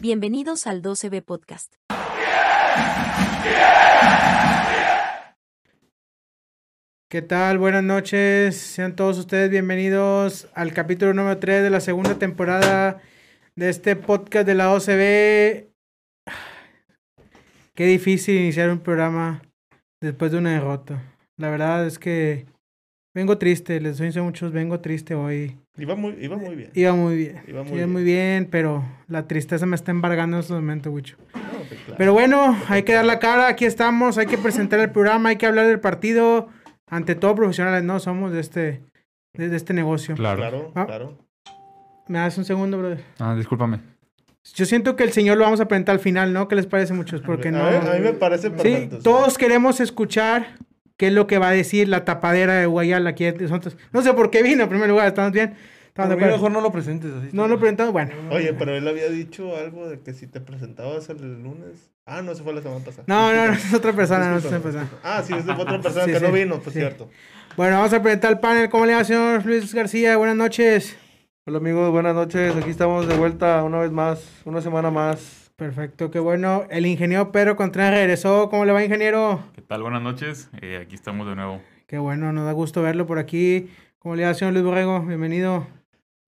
Bienvenidos al 12B Podcast. ¿Qué tal? Buenas noches. Sean todos ustedes bienvenidos al capítulo número 3 de la segunda temporada de este podcast de la OCB. Qué difícil iniciar un programa después de una derrota. La verdad es que vengo triste, les soy sincero, muchos, vengo triste hoy. Iba muy, iba muy bien. Iba muy bien. Iba muy sí, bien. pero la tristeza me está embargando en este momento, Wicho. No, pues, claro. Pero bueno, hay que dar la cara, aquí estamos, hay que presentar el programa, hay que hablar del partido. Ante todo, profesionales, ¿no? Somos de este, de, de este negocio. Claro. claro, Ah. claro. ¿Me das un segundo, brother? Ah, discúlpame. Yo siento que el señor lo vamos a presentar al final, ¿no? ¿Qué les parece, muchos? Porque a, no... mí, a mí me parece Sí, perfecto. todos queremos escuchar qué es lo que va a decir la tapadera de Guayala aquí entre nosotros. No sé por qué vino, en primer lugar, ¿estamos bien? ¿Estamos Ah, de A mí acuerdo? mejor no lo presentes así. No lo presentamos, bueno. Oye, pero él había dicho algo de que si te presentabas el lunes. Ah, no, se fue la semana pasada. No, no, no, es otra persona, no es otra Discúlpame, persona. discúlpame. Ah, sí, es de otra persona Sí, que sí, no vino, pues sí. cierto. Bueno, vamos a presentar el panel. ¿Cómo le va, señor Luis García? Buenas noches. Hola amigos, buenas noches. Aquí estamos de vuelta una vez más, una semana más. Perfecto, qué bueno. El ingeniero Pedro Contreras regresó. ¿Cómo le va, ingeniero? ¿Qué tal? Buenas noches. Eh, aquí estamos de nuevo. Qué bueno, nos da gusto verlo por aquí. ¿Cómo le va, señor Luis Borrego? Bienvenido.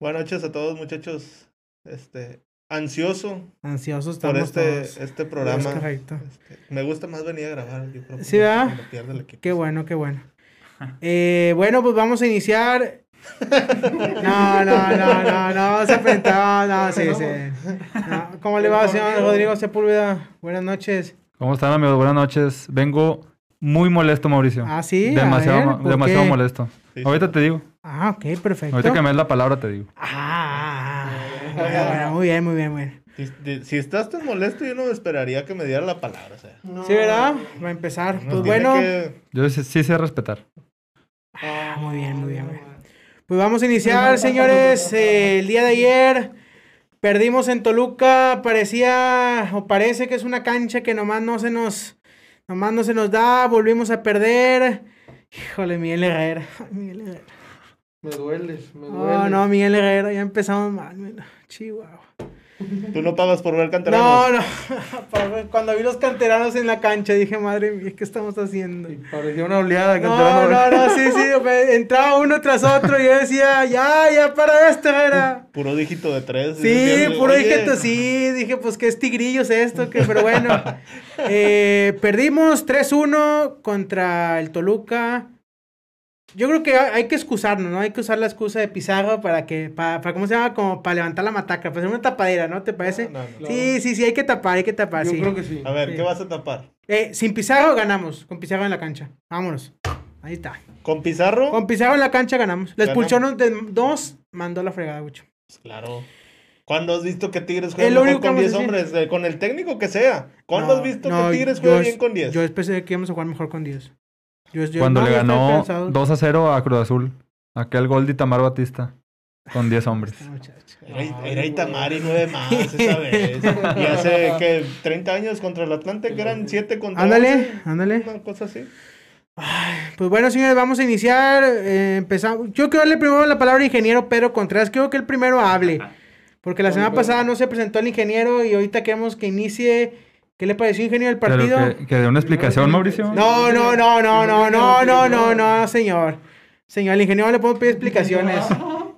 Buenas noches a todos, muchachos. Este, ansioso Ansiosos por estamos este, todos. este programa. Es correcto. Este, me gusta más venir a grabar, yo creo. Sí, porque ¿verdad? cuando pierde el equipo. Qué bueno, qué bueno. Eh, bueno, pues vamos a iniciar. No, no, no, no, no, vamos a presentar. No, no, sí, sí. No, ¿Cómo le va, señor Rodrigo Sepúlveda? Buenas noches. ¿Cómo están, amigos? Buenas noches. Vengo muy molesto, Mauricio. Ah, sí, a Demasiado, ver, mo- ¿por demasiado qué? molesto. Sí, Ahorita sí. te digo. Ah, ok, perfecto. Ahorita que me des la palabra te digo. Ah, bueno, bueno, muy bien, muy bien, muy bien. Si, de- si estás tan molesto, yo no esperaría que me diera la palabra. O sea, Sí, ¿verdad? Va a empezar. uno Pues tiene bueno. que- Yo sí, sí sé respetar. Ah, muy bien, muy bien. muy bien. Pues vamos a iniciar, señores. Eh, el día de ayer perdimos en Toluca. Parecía o parece que es una cancha que nomás no se nos, nomás no se nos da. Volvimos a perder. Híjole, Miguel Herrera. Ay, Miguel Herrera. Me dueles, me dueles. Ah, No, no, Miguel Herrera. Ya empezamos mal. mira. Chihuahua. Tú no pagas por ver No, canteranos. no. Cuando vi los canteranos en la cancha dije, madre mía, ¿qué estamos haciendo? Y Parecía una oleada que No, entraba- no, no, sí, sí, me- entraba uno tras otro y yo decía, ya, ya para esto, era. Puro dígito de tres. Sí, puro Oye, dije, sí, dije, pues que es tigrillos esto, que, pero bueno. Eh, perdimos 3-1 contra el Toluca. Yo creo que hay hay que excusarnos, ¿no? Hay que usar la excusa de Pizarro para que, para, para ¿cómo se llama? Como para levantar la mataca, para hacer una tapadera, Ah, ¿no? ¿Te parece? No, no, no. Sí, sí, sí, hay que tapar, hay que tapar, Yo sí. creo que sí. A ver, Sí. ¿qué vas a tapar? Eh, sin Pizarro ganamos, con Pizarro en la cancha. Vámonos. Ahí está. ¿Con Pizarro? Con Pizarro en la cancha ganamos. La Ganamos. expulsaron de dos, mandó la fregada, Bucho. Pues claro. ¿Cuándo has visto que Tigres Es juega lo mejor único que con vamos a 10 decir. hombres? Eh, Con el técnico que sea. No, ¿Cuándo has visto no, que Tigres yo juega es- bien con 10? Yo pensé que íbamos a jugar mejor con 10. Yo- yo- Cuando no, le yo estaba ganó cansado. 2 a 0 a Cruz Azul. Aquel gol de Itamar Batista. Con 10 hombres. Este muchacho. Era, era Itamari nueve más esa vez. y hace que 30 años contra el Atlante que eran 7 contra Ándale, 11, ándale. Una cosa así. Pues bueno, señores, vamos a iniciar. eh, empezamos. Yo quiero darle primero la palabra al ingeniero Pedro Contreras. Quiero que él primero hable. Porque la semana pasada no se presentó el ingeniero y ahorita queremos que inicie. ¿Qué le pareció, ingeniero, el Pero partido? que, que dé una explicación, Mauricio. No, no, no, no, no, no, no, no, no, señor. Señor, al ingeniero le puedo pedir explicaciones.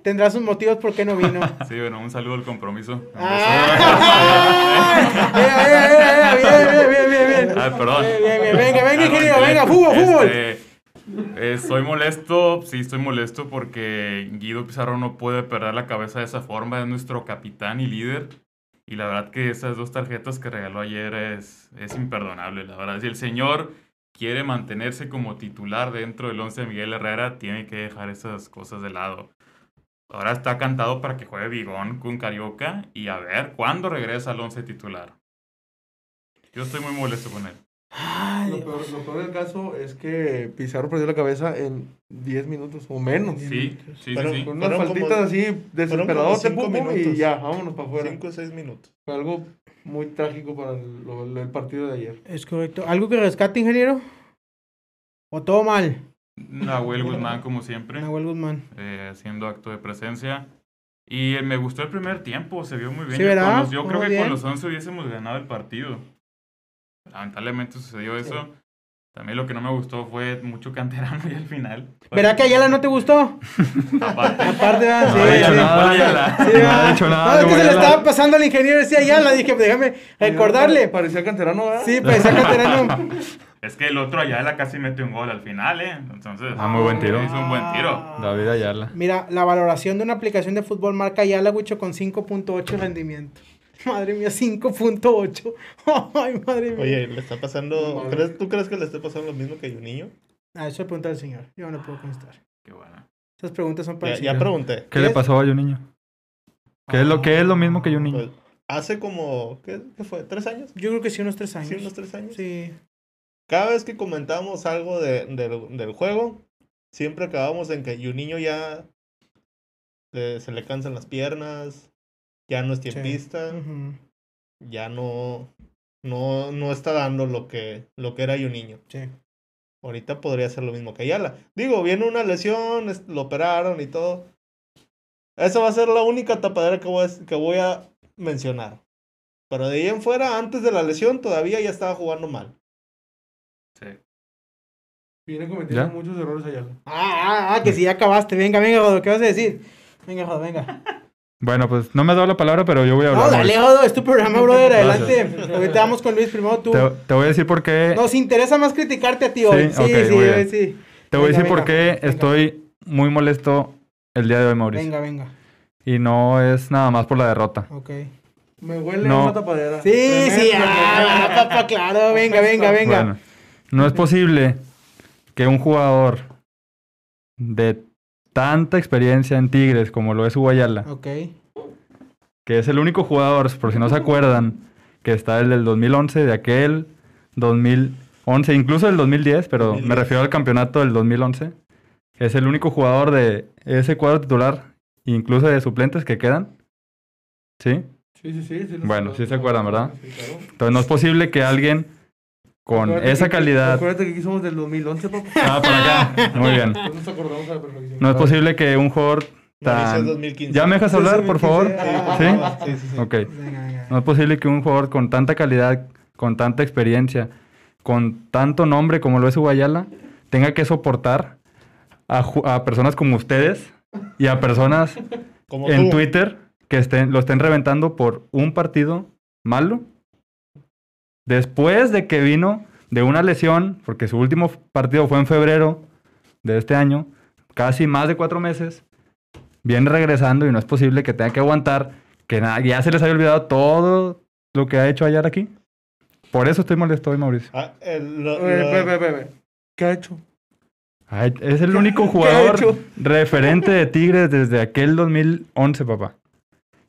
Tendrá sus motivos por qué no vino. Sí, bueno, un saludo al compromiso. Ah, Bien, eh, bien, bien, bien, bien, bien. Ah, perdón. Bien, bien, bien. Venga, venga, Ah, ingeniero, no, venga, fútbol, fútbol. este, eh, estoy molesto, sí, estoy molesto porque Guido Pizarro no puede perder la cabeza de esa forma, es nuestro capitán y líder. Y la verdad que esas dos tarjetas que regaló ayer es, es imperdonable, la verdad. Si el señor quiere mantenerse como titular dentro del 11 de Miguel Herrera, tiene que dejar esas cosas de lado. Ahora está cantado para que juegue Bigón con Carioca y a ver cuándo regresa al 11 titular. Yo estoy muy molesto con él. Lo peor, lo peor del caso es que Pizarro perdió la cabeza en 10 minutos o menos. Sí, sí, Pero- sí. sí. Con unas Fueron faltitas como- así, como desesperadote, cinco pum, pum, y minutos. ya, vámonos para afuera. 5 o 6 minutos. Fue algo muy trágico para el, lo- lo- el partido de ayer. Es correcto. ¿Algo que rescate, ingeniero? ¿O todo mal? Nahuel Guzmán, como siempre, Nahuel Guzmán. eh, haciendo acto de presencia. Y me gustó el primer tiempo, se vio muy bien. Sí, Yo con ¿verdad? los- yo creo Muy que bien. con los 11 hubiésemos ganado el partido. Lamentablemente sucedió eso. También lo que no me gustó fue mucho canterano y al final. pues, ¿Verá que Ayala no te gustó? Aparte. Aparte, ¿verdad? No sí, ha dicho sí. nada, Ayala. Sí, No ha ¿verdad? dicho No, nada. es que se le Ayala. estaba pasando al ingeniero decía Ayala. Dije, déjame recordarle. Parecía canterano, ¿verdad? Sí, pues ese canterano. Es que el otro Ayala casi mete un gol al final, ¿eh? Entonces. Ah, muy buen tiro. Hizo un buen Ah. tiro. David Ayala. Mira, la valoración de una aplicación de fútbol marca Ayala, Wicho, con 5.8 rendimiento. Madre mía, 5.8. Ay, madre mía. Oye, le está pasando. ¿crees- ¿Tú crees que le esté pasando lo mismo que a Juninho? Ah, eso le pregunta al señor. Yo no puedo contestar. Qué bueno. Esas preguntas son para Ya, el ya señor. pregunté. ¿Qué le pasó a Juninho? ¿Qué es lo, qué es lo mismo que Juninho? Pues, hace como. ¿qué, qué fue? ¿Tres años? Yo creo que sí, unos tres años. ¿Sí, unos tres años? Sí. Cada vez que comentábamos algo de- del- del juego, siempre acabábamos en que Juninho ya le- se le cansan las piernas, ya no es tiempista, Ujú. ya no, no, no está dando lo que, lo que era Juninho. Sí. Ahorita podría ser lo mismo que Ayala. Digo, viene una lesión, es- lo operaron y todo. Esa va a ser la única tapadera que voy, a, que voy a mencionar. Pero de ahí en fuera, antes de la lesión, todavía ya estaba jugando mal. Sí. Viene cometiendo ¿Ya? muchos errores Ayala. Ah, ah, ah, que si ya acabaste. Venga, venga, Jodo, ¿qué vas a decir? Venga, Jodo, venga. Bueno, pues no me has dado la palabra, pero yo voy a hablar. No, dale, Mauricio. Jodo, es tu programa, brother. Gracias. Adelante. Ahorita vamos con Luis, primero tú. te, te voy a decir por qué. Nos interesa más criticarte a ti hoy. Sí, Sí, ok, sí, muy hoy bien. sí. te venga, voy a decir por venga, qué venga. estoy muy molesto el día de hoy, Mauricio. Venga, venga. Y no es nada más por la derrota. Ok. Me huele No. una tapadera. Sí, sí, Tremenda. ah, ah, papá, claro. Venga, venga, venga. Bueno, no es posible que un jugador de tanta experiencia en Tigres como lo es Hugo Ayala, Ok. que es el único jugador, por si no se acuerdan, que está el del 2011, de aquel 2011, incluso del 2010, pero me 2010. refiero al campeonato del 2011, que es el único jugador de ese cuadro titular, incluso de suplentes que quedan. ¿Sí? Sí, sí, sí. sí lo Bueno, recuerdo. sí se acuerdan, ¿verdad? Sí, claro. Entonces no es posible que alguien con Acuérdate esa que- calidad... Acuérdate que aquí somos del 2011, papá. Ah, por acá. Muy bien. No nos acordamos a la perfección. No es posible que un jugador Mauricio es tan... 2015. ¿Ya me dejas hablar, por favor? Sí, ¿Sí? sí, sí, sí. Ok. Venga, venga. No es posible que un jugador con tanta calidad, con tanta experiencia, con tanto nombre como lo es Uguayala, tenga que soportar a, ju- a personas como ustedes y a personas Como en tú. Twitter que estén, lo estén reventando por un partido malo. Después de que vino de una lesión, porque su último partido fue en febrero de este año, casi más de cuatro meses, viene regresando y no es posible que tenga que aguantar, que na- ya se les haya olvidado todo lo que ha hecho ayer aquí. Por eso estoy molesto hoy, Mauricio. Ah, el- lo- Oye, lo- ve, ve, ve, ve. ¿Qué ha hecho? Ay, es el único hecho? jugador referente de Tigres desde aquel 2011, papá.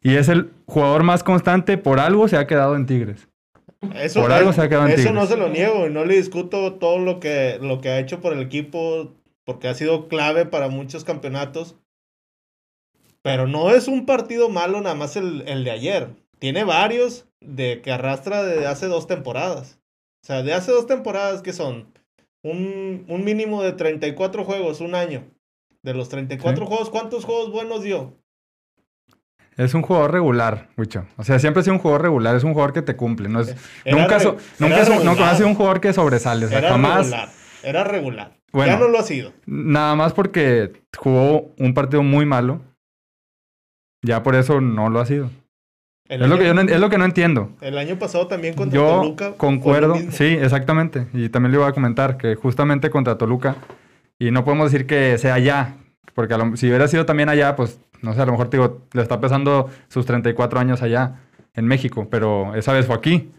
Y es el jugador más constante, por algo se ha quedado en Tigres. eso, por algo se ha quedado en eso Tigres. no se lo niego y no le discuto todo lo que, lo que ha hecho por el equipo porque ha sido clave para muchos campeonatos. Pero no es un partido malo nada más el, el de ayer. Tiene varios de que arrastra de hace dos temporadas. O sea, de hace dos temporadas que son un, un mínimo de 34 juegos, un año. De los 34 Sí. juegos, ¿cuántos juegos buenos dio? Es un jugador regular, Wicho. O sea, siempre ha sido un jugador regular, es un jugador que te cumple. No es, Era nunca re- so- era nunca so- no regular. ha sido un jugador que sobresale. O sea, Era jamás. regular. Era regular. Pues Bueno. ya no lo ha sido. Nada más porque jugó un partido muy malo. Ya por eso no lo ha sido. El Es lo año- que, yo no, en- es lo que no entiendo. El año pasado también contra Yo Toluca. fue lo concuerdo, mismo. sí, exactamente. Y también le iba a comentar que justamente contra Toluca, y no podemos decir que sea allá, porque a lo- si hubiera sido también allá, pues no sé, a lo mejor te digo, le está pesando sus 34 años allá en México, pero esa vez fue aquí,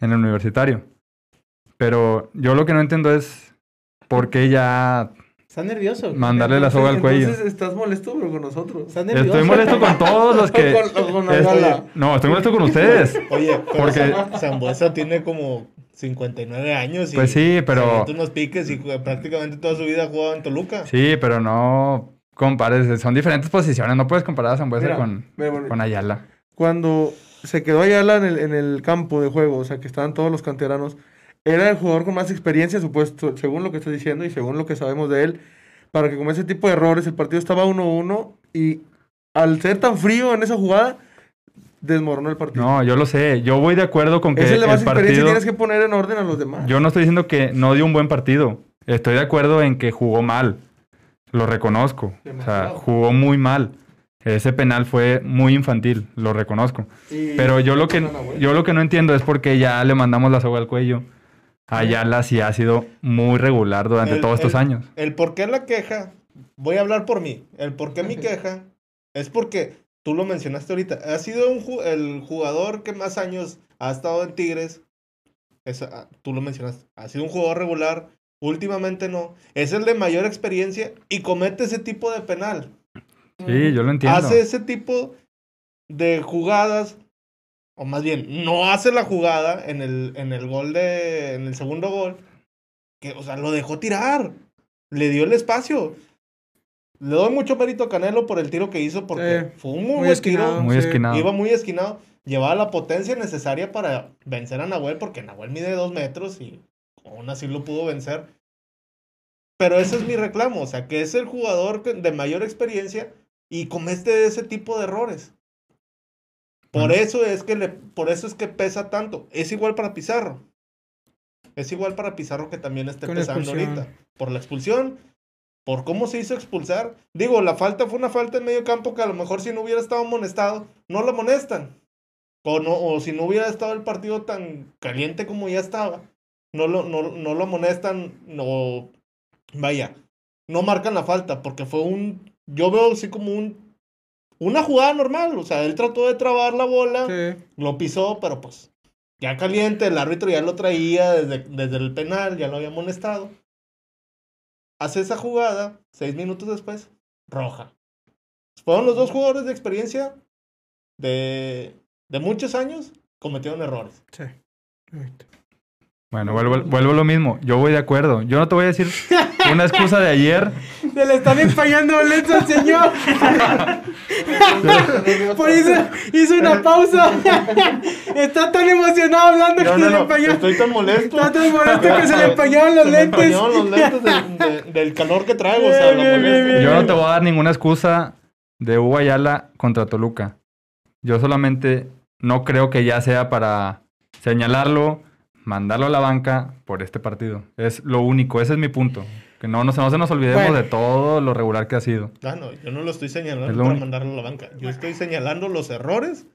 en el universitario. Pero yo lo que no entiendo es por qué ya ¿Estás nervioso? mandarle la soga al Entonces- cuello. Entonces estás molesto, pero con nosotros. ¿Estás nervioso? Estoy molesto con todos los que... Con- con- con Estoy- Ayala. no, estoy molesto con ustedes. Oye, pero Porque- Sam- Sambuesa tiene como 59 años. Y Pues sí, pero- se mete unos piques y juega- prácticamente toda su vida ha jugado en Toluca. Sí, pero no compares, son diferentes posiciones, no puedes comparar a Zambuesa Mira, con, ve, bueno, con Ayala. Cuando se quedó Ayala en el, en el campo de juego, o sea, que estaban todos los canteranos, era el jugador con más experiencia, supuesto, según lo que estás diciendo y según lo que sabemos de él, para que con ese tipo de errores, el partido estaba 1-1 y al ser tan frío en esa jugada, desmoronó el partido. No, yo lo sé. Yo voy de acuerdo con que Esa es la el más experiencia y partido... tienes que poner en orden a los demás. Yo no estoy diciendo que no dio un buen partido. Estoy de acuerdo en que jugó mal. Lo reconozco. O Demasiado. sea, jugó muy mal. Ese penal fue muy infantil, lo reconozco. Y- Pero yo lo que No, no, güey. yo lo que no entiendo es por qué ya le mandamos la soga al cuello. Ayala sí ha sido muy regular durante El- todos estos el- años. El por qué la queja, voy a hablar por mí. El por qué mi queja es porque tú lo mencionaste ahorita. Ha sido un ju- el jugador que más años ha estado en Tigres. Es- ah, tú lo mencionaste. Ha sido un jugador regular. Últimamente no. Es el de mayor experiencia y comete ese tipo de penal. Sí, yo lo entiendo. Hace ese tipo de jugadas. O más bien, no hace la jugada en el, en el gol de. en el segundo gol. Que, o sea, lo dejó tirar. Le dio el espacio. Le doy mucho mérito a Canelo por el tiro que hizo porque Sí, fue un muy, muy buen esquinado. muy sí. esquinado. tiro. Iba muy esquinado. Llevaba la potencia necesaria para vencer a Nahuel porque Nahuel mide dos metros y aún así lo pudo vencer. Pero ese es mi reclamo, o sea, que es el jugador que- de mayor experiencia y comete ese tipo de errores. Por Mm. eso es que le, por eso es que pesa tanto. Es igual para Pizarro. Es igual para Pizarro que también esté Con la pesando expulsión. ahorita. Por la expulsión, por cómo se hizo expulsar. Digo, la falta fue una falta en medio campo que a lo mejor si no hubiera estado amonestado, no lo amonestan. O, no, o si no hubiera estado el partido tan caliente como ya estaba, no lo, no, no lo amonestan, no, vaya, no marcan la falta, porque fue un, yo veo así como un, una jugada normal, o sea, él trató de trabar la bola, Sí. lo pisó, pero pues ya caliente, el árbitro ya lo traía desde, desde el penal, ya lo había amonestado. Hace esa jugada, seis minutos después, roja. Fueron los dos jugadores de experiencia de, de muchos años, cometieron errores. Sí. Correcto. Bueno, vuelvo, vuelvo a lo mismo. Yo voy de acuerdo. Yo no te voy a decir una excusa de ayer. Se le están empañando boletos al señor. Por eso hizo una pausa. Está tan emocionado hablando No, que no, se le no, empañó. estoy tan molesto. Está tan molesto que se le empañaron los Se me lentes. empañaron los lentes del, de- del calor que traigo, o sea, Bien, lo bien, molesto. bien, Yo no te voy a dar ninguna excusa de Hugo Ayala contra Toluca. Yo solamente no creo que ya sea para señalarlo, mandarlo a la banca por este partido. Es lo único, ese es mi punto. Que no, nos- no se nos olvidemos Bueno. de todo lo regular que ha sido. Ah, no, yo no lo estoy Es señalando lo para único. mandarlo a la banca. Yo estoy señalando los errores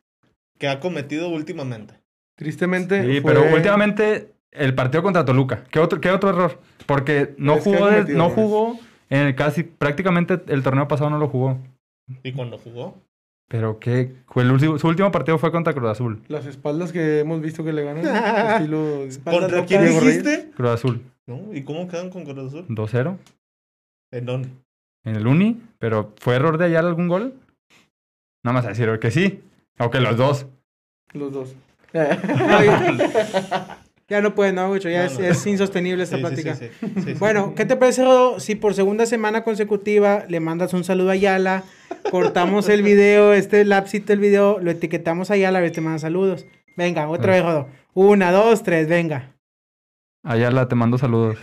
que ha cometido últimamente. Tristemente. Sí, fue- pero últimamente el partido contra Toluca. ¿Qué otro, qué otro error? Porque no Es que ha jugó, de- cometido no errores. jugó en el casi, prácticamente el torneo pasado no lo jugó. Y cuando jugó, Pero que su último partido fue contra Cruz Azul. Las espaldas que hemos visto que le ganan. estilo- ¿contra quién Diego dijiste? Cruz Azul ¿No? ¿Y cómo quedan con Cruz Azul? 2-0. ¿En dónde? en el Uni, pero ¿fue error de hallar algún gol? Nada más a decir que sí, o que los dos. Los dos. Ya no puede, no, Gucho. Ya No, es, no. es insostenible esta Sí, sí, plática. sí, sí, sí, sí. Bueno, ¿qué te parece, Rodo, si por segunda semana consecutiva le mandas un saludo a Yala, cortamos el video, este lapsito del video, lo etiquetamos a Yala, a ver, te manda saludos. Venga, otra vez, Rodo. Una, dos, tres, venga. Ayala, te mando saludos.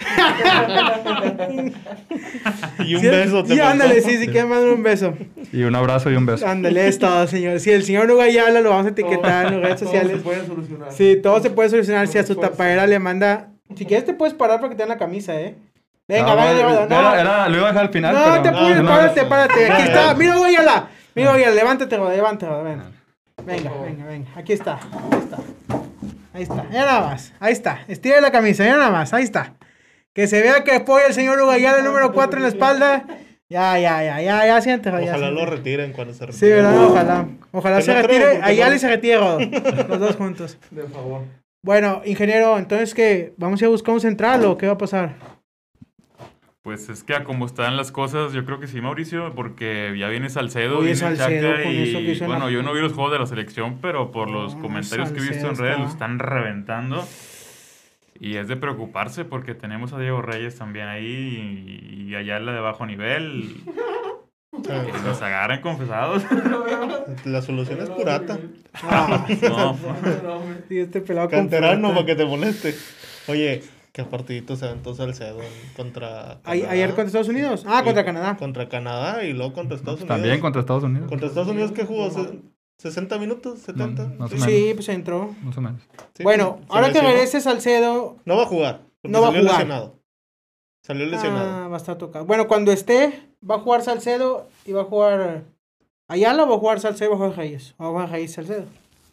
Y un Sí, beso te Y mandó. ándale, sí, sí, que mandar un beso. Y un abrazo y un beso. Ándale, es todo, señor. Si el señor Uga Yala lo vamos a etiquetar en las redes Oh, Todo sociales. se puede solucionar. Sí, todo se puede solucionar si a su Todo se puede tapadera le manda. Si quieres, te puedes parar para que te den la camisa, Ah, ¿eh? Venga, No, vaya, vaya, no. Ah, era- era- lo iba a dejar al final, No, pero... te no, apures, no, párate, no. Ah. párate. Aquí No, está. no. Mira, Goyala. Mira, Goyala, levántate, Goya, levántate, Goya, ven. Venga, venga, venga. Aquí está. Aquí está. Ahí está. Ya nada más. Ahí está. Estira la camisa, ya nada más. Ahí está. Que se vea que apoya el señor Ugayala, el Ah, número 4 en la espalda. Ya, ya, ya, ya, ya, siéntate, Goya, Ojalá lo siéntate. retiren cuando se retire. Sí, ¿verdad? Ojalá. Ojalá Que se no creo, retire porque Ayala no- y se retire Rodo. Los dos juntos. De favor. Bueno, ingeniero, entonces, ¿qué? ¿Vamos a ir a buscar un central o qué va a pasar? Pues es que a como están las cosas, yo creo que sí, Mauricio, porque ya viene Salcedo, Oye, viene Salcedo, Chaca con y eso que hizo en la- bueno, yo no vi los juegos de la selección, pero por los No, comentarios que he visto Salcedo en redes está- los están reventando. Y es de preocuparse porque tenemos a Diego Reyes también ahí y, y Ayala de bajo nivel. Que nos agarren confesados. Uh, La solución es Purata. Ah, No, sí, este pelado con Canterano fruta. para que te moleste. Oye, ¿Qué partidito se aventó Salcedo en- contra. Ay- Canadá? ¿Ayer contra Estados Unidos? Ah, Y- contra Canadá. Contra Canadá y luego contra Estados Unidos. También contra Estados Unidos. ¿Contra Estados Unidos qué jugó? ¿Se- ¿60 minutos? ¿70? más o menos. Sí, pues entró. Más o menos. Sí, bueno, se ahora que lesionó. regrese Salcedo, No va a jugar. porque No va a salió jugar. lesionado. Salió lesionado. Ah, va a estar tocado. Bueno, cuando esté, va a jugar Salcedo y va a jugar Ayala o va a jugar Salcedo y va a jugar Reyes. O va a jugar Reyes Salcedo.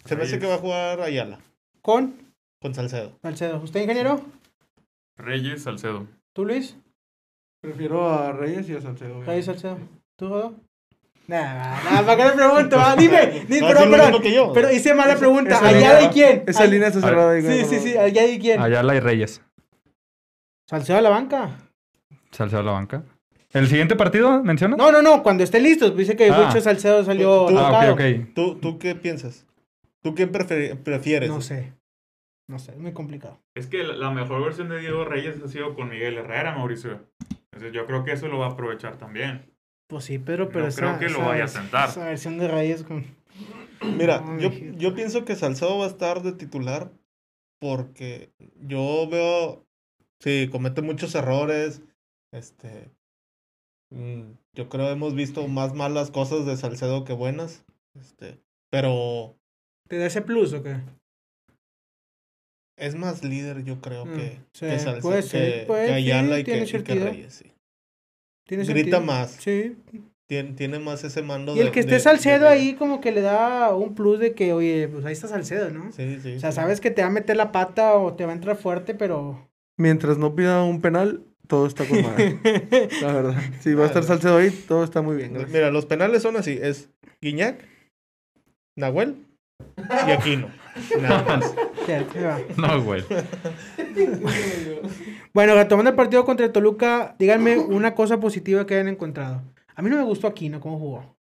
se me hace Reyes. que va a jugar Ayala Con con Salcedo. Salcedo. ¿Usted, ingeniero? Reyes, Salcedo. ¿Tú, Luis? Prefiero a Reyes y a Salcedo. güey. Reyes Salcedo. ¿Tú, Jodo? Nada, nada, ¿para qué me pregunto? Ah, dime, dime, Va a perdón, decir lo mismo perdón. que yo. Pero hice mala pregunta. esa ¿Ayala línea- y quién? Esa Ay- línea está A ver. cerrada. ahí, güey, Sí, no, sí, no. sí, ¿Ayala y quién? Ayala y Reyes. Salcedo a la banca. Salcedo a la banca. ¿El siguiente partido menciona? No, no, no, cuando esté listo. Dice que Ah. Wicho Salcedo salió Tú- tú- Ah, tocado. ok, ok. ¿Tú, ¿Tú qué piensas? ¿Tú qué prefe- prefieres? No sé. No sé, es muy complicado. Es que la- la mejor versión de Diego Reyes ha sido con Miguel Herrera, Mauricio. Entonces yo creo que eso lo va a aprovechar también. Pues sí, Pedro, pero No esa- creo que lo esa vaya a vers- sentar. Esa versión de Reyes con... Mira, No, yo, mijito. yo pienso que Salcedo va a estar de titular porque yo veo, sí, comete muchos errores, este, mm, yo creo hemos visto más malas cosas de Salcedo que buenas, este, pero ¿Te da ese plus o qué? es más líder yo creo que, Mm, que sí, Salcedo, puede ser, que- puede- que sí, Ayala y que, tiene y que sentido. Reyes, sí. ¿Tiene Grita sentido? más. Sí. Tien- tiene más ese mando Y el de- que de- esté de Salcedo líder. ahí como que le da un plus de que, oye, pues ahí está Salcedo, ¿no? Sí, sí. O sea, sí. sabes que te va a meter la pata o te va a entrar fuerte, pero... Mientras no pida un penal, todo está con madre. La verdad. Si va a estar Salcedo ahí, todo está muy bien. gracias. Mira, los penales son así, es Guiñac, Nahuel y Aquino. Nada más. Cierto, ahí va. No, güey. bueno, retomando el partido contra el Toluca, díganme una cosa positiva que hayan encontrado. A mí no me gustó Aquino, cómo jugó.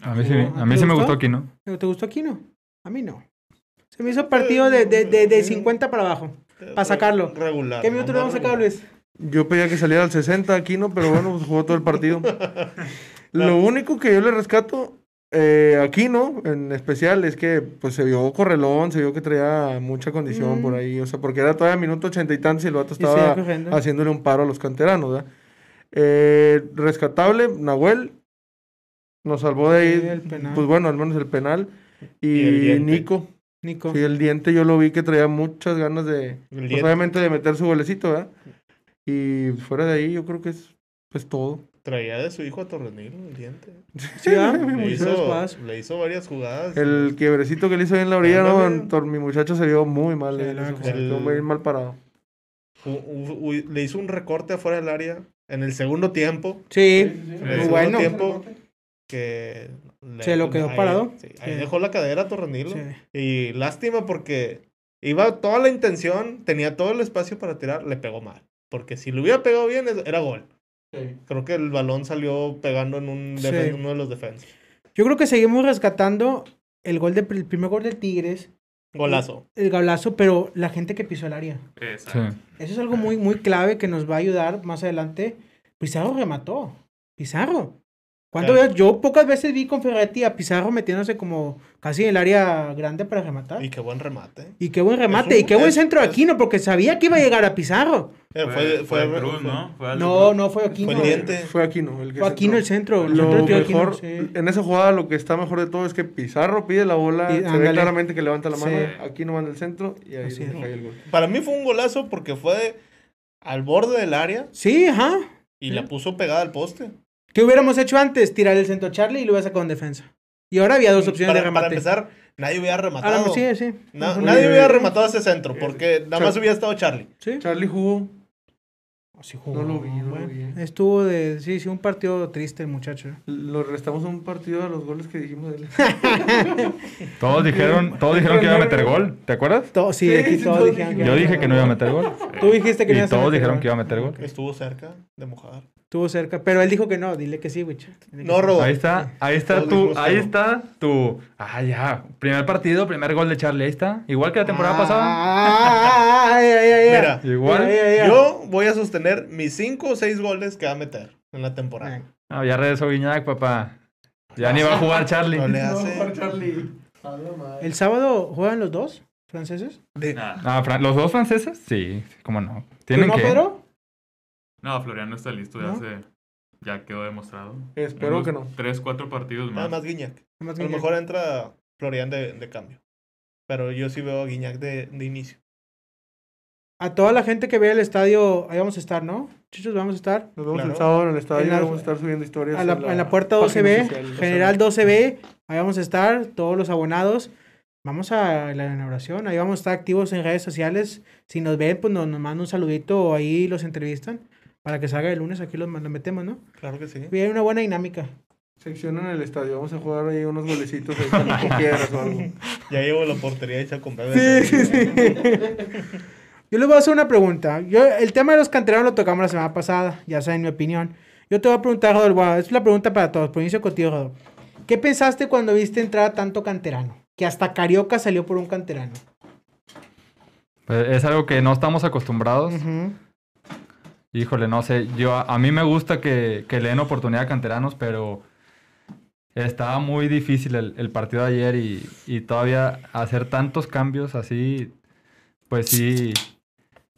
A mí sí, a mí sí me gustó aquí, ¿no? ¿Pero ¿Te gustó Aquino? A mí no. Se me hizo partido de, de, de, de 50 para abajo. Para sacarlo. Regular. ¿Qué minuto le vamos nomás a sacar, regular. Luis? Yo pedía que saliera al 60 aquí, ¿no? Pero bueno, pues jugó todo el partido. Lo único que yo le rescato eh, aquí, ¿no? En especial es que pues se vio correlón, se vio que traía mucha condición Mm. por ahí. O sea, porque era todavía minuto ochenta y tantos y el vato Y seguía estaba corriendo. haciéndole un paro a los canteranos, ¿verdad? Eh, rescatable, Nahuel. Nos salvó de ahí. Sí, el penal. Pues bueno, al menos el penal. Y, Y el diente. Nico. Nico. Sí, el diente yo lo vi que traía muchas ganas de, El pues, diente. obviamente, de meter su golecito, ¿verdad? Y fuera de ahí yo creo que es pues todo. Traía de su hijo a Torrenil el diente. Sí, ¿verdad? Le Muchos hizo, pasos. le hizo varias jugadas. El quiebrecito que le hizo ahí en la orilla, ¿no? Ándale. Tor- mi muchacho se vio muy mal. Sí, eh, en la ese verdad que sí. juego, muy mal parado. U- u- u- le hizo un recorte afuera del área en el segundo tiempo. Sí, En el Muy segundo bueno. tiempo que le- Se lo quedó ahí- parado. sí, ahí Sí. dejó la cadera a Torrenil. Sí. Y lástima porque iba toda la intención, tenía todo el espacio para tirar, le pegó mal. Porque si le hubiera pegado bien, es- era gol. Creo que el balón salió pegando en un Sí. defen- uno de los defensas. Yo creo que seguimos rescatando el gol de, el primer gol de Tigres, Golazo. el gablazo, pero la gente que pisó el área. Sí. Exacto. Eso es algo muy, muy clave que nos va a ayudar más adelante. Pizarro remató. Pizarro. ¿Cuánto Claro. veces- Yo pocas veces vi con Ferretti a Pizarro metiéndose como casi en el área grande para rematar. Y Y, qué buen remate. qué buen remate. un- y qué buen es- centro de es- Aquino, porque sabía que iba a llegar a Pizarro. Eh, Fue, fue, Cruz, fue- ¿no? Fue al No, Cruz. no fue Aquino. Fue el diente. Fue Aquino el que Fue Aquino el centró. centro. el centro Lo de Tío Aquino, mejor, sí. en esa jugada lo que está mejor de todo es que Pizarro pide la bola, Y- se ve ándale. claramente que levanta la mano, Sí. Aquino manda el centro y ahí Así donde es. cae el gol. Para mí fue un golazo porque fue al borde del área Sí, ajá. y la puso pegada al poste. ¿Qué hubiéramos hecho antes? Tirar el centro a Charlie y lo hubiera sacado en defensa. Y ahora había dos opciones de Para, para remate. empezar, nadie hubiera Ahora, rematado. sí, sí. Na- Ujú. nadie hubiera rematado ese centro porque nada más Char- hubiera estado Charlie. Sí. Charlie jugó Ah, Sí jugó, No lo vi, no güey. lo vi. Estuvo de. Sí, sí, un partido triste el muchacho. Lo restamos un partido a los goles que dijimos de él. Todos dijeron, todos dijeron que iba a meter gol, ¿te acuerdas? Todo, sí, Sí, aquí sí, todos todos dijeron dijeron. Yo dije que no iba a meter gol. Tú dijiste que no Y ibas a todos meter este dijeron gol. que iba a meter gol. Estuvo cerca de mojar. Estuvo cerca, pero él dijo que no. Dile que sí, güey. Dile que No, sí. Robo. Ahí está, ahí está Todos tu, dijimos que ahí no. está tu. Ah, ya. Primer partido, primer gol de Charlie, ahí está. Igual que la temporada Ah, pasada. ah, ah, ay, ay, ay, ay. Mira, Igual. Ay, ay, ay. Yo voy a sostener mis 5 o 6 goles que va a meter en la temporada. Ah, ya regresó Guiñac, papá. Ya ni va a jugar Charlie. No le hace. ¿El sábado juegan los dos? franceses? Nah. Ah, Fran- ¿Los dos franceses? Sí, sí, cómo no. ¿Tú Tienen no, que... Pedro? No, Floriano está listo, ya ¿No? se- Ya quedó demostrado. Espero Unos que no. Tres, cuatro partidos Nada más. más Guiñac. Nomás A lo Guiñac. mejor entra Florian de, de cambio. Pero yo sí veo a Guiñac de, de inicio. A toda la gente que vea el estadio, ahí vamos a estar, ¿no? Chichos, vamos a estar. Nos vemos Claro. el sábado en el estadio. En la- vamos a estar subiendo historias. A la, en la puerta página 12B, oficial, o sea, General 12B, ahí vamos a estar, todos los abonados. Vamos a la inauguración, ahí vamos a estar activos en redes sociales. Si nos ven, pues nos, nos mandan un saludito o ahí los entrevistan para que salga el lunes, aquí los, los metemos, ¿no? Claro que sí. Y hay una buena dinámica. Sección en el estadio. Vamos a jugar ahí unos golecitos ahí con con piedras o algo. Ya llevo la portería hecha con Sí, bebés. sí, sí. Yo les voy a hacer una pregunta. Yo, el tema de los canteranos lo tocamos la semana pasada, ya saben mi opinión. Yo te voy a preguntar, Rodolfo, bueno, es la pregunta para todos, por inicio contigo, Rodolfo. ¿Qué pensaste cuando viste entrar a tanto canterano? Que hasta Carioca salió por un canterano. Pues, es algo que no estamos acostumbrados. Ujú. Híjole, no sé. Yo, a mí me gusta que, que le den oportunidad a canteranos, pero estaba muy difícil el, el partido de ayer y, y todavía hacer tantos cambios así, pues sí,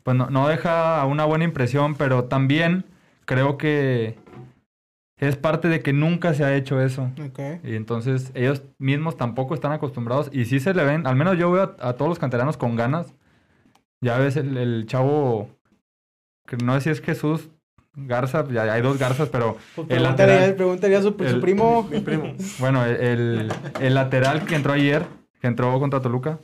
pues no, no deja una buena impresión, pero también creo que es parte de que nunca se ha hecho eso. Y entonces ellos mismos tampoco están acostumbrados y sí se le ven, al menos yo veo a, a todos los canteranos con ganas. Ya ves el, el chavo, que no sé si es Jesús Garza, ya hay dos Garzas, pero Pues El pregúntale, lateral. a- pregúntale a su, pues, su El- primo. bueno, el, el lateral que entró ayer, que entró contra Toluca.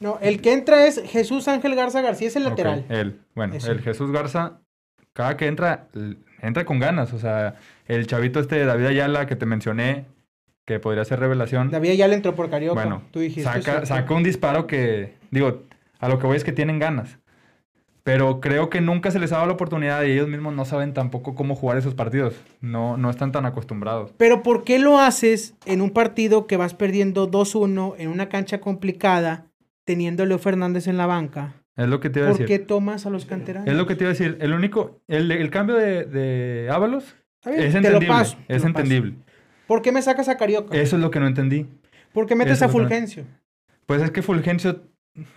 No, el que entra es Jesús Ángel Garza García, es el lateral. Ok, él, bueno, Ese. el Jesús Garza, cada que entra, l- entra con ganas. O sea, el chavito este de David Ayala que te mencioné, que podría ser revelación. David ya le entró por Carioca. Bueno, tú dijiste. saca, sí. saca un disparo que, digo, a lo que voy es que tienen ganas. Pero creo que nunca se les ha dado la oportunidad y ellos mismos no saben tampoco cómo jugar esos partidos. No, no están tan acostumbrados. Pero ¿por qué lo haces en un partido que vas perdiendo 2-1 en una cancha complicada, teniendo a Leo Fernández en la banca? Es lo que te iba a ¿Por decir. qué tomas a los canteranos? Es lo que te iba a decir. El único, el, el cambio de, de Ábalos Está bien, es te lo entendible. paso, te es lo paso. entendible. ¿Por qué me sacas a Carioca? Eso es lo que no entendí. ¿Por qué metes eso a es lo que- Fulgencio? Pues es que Fulgencio,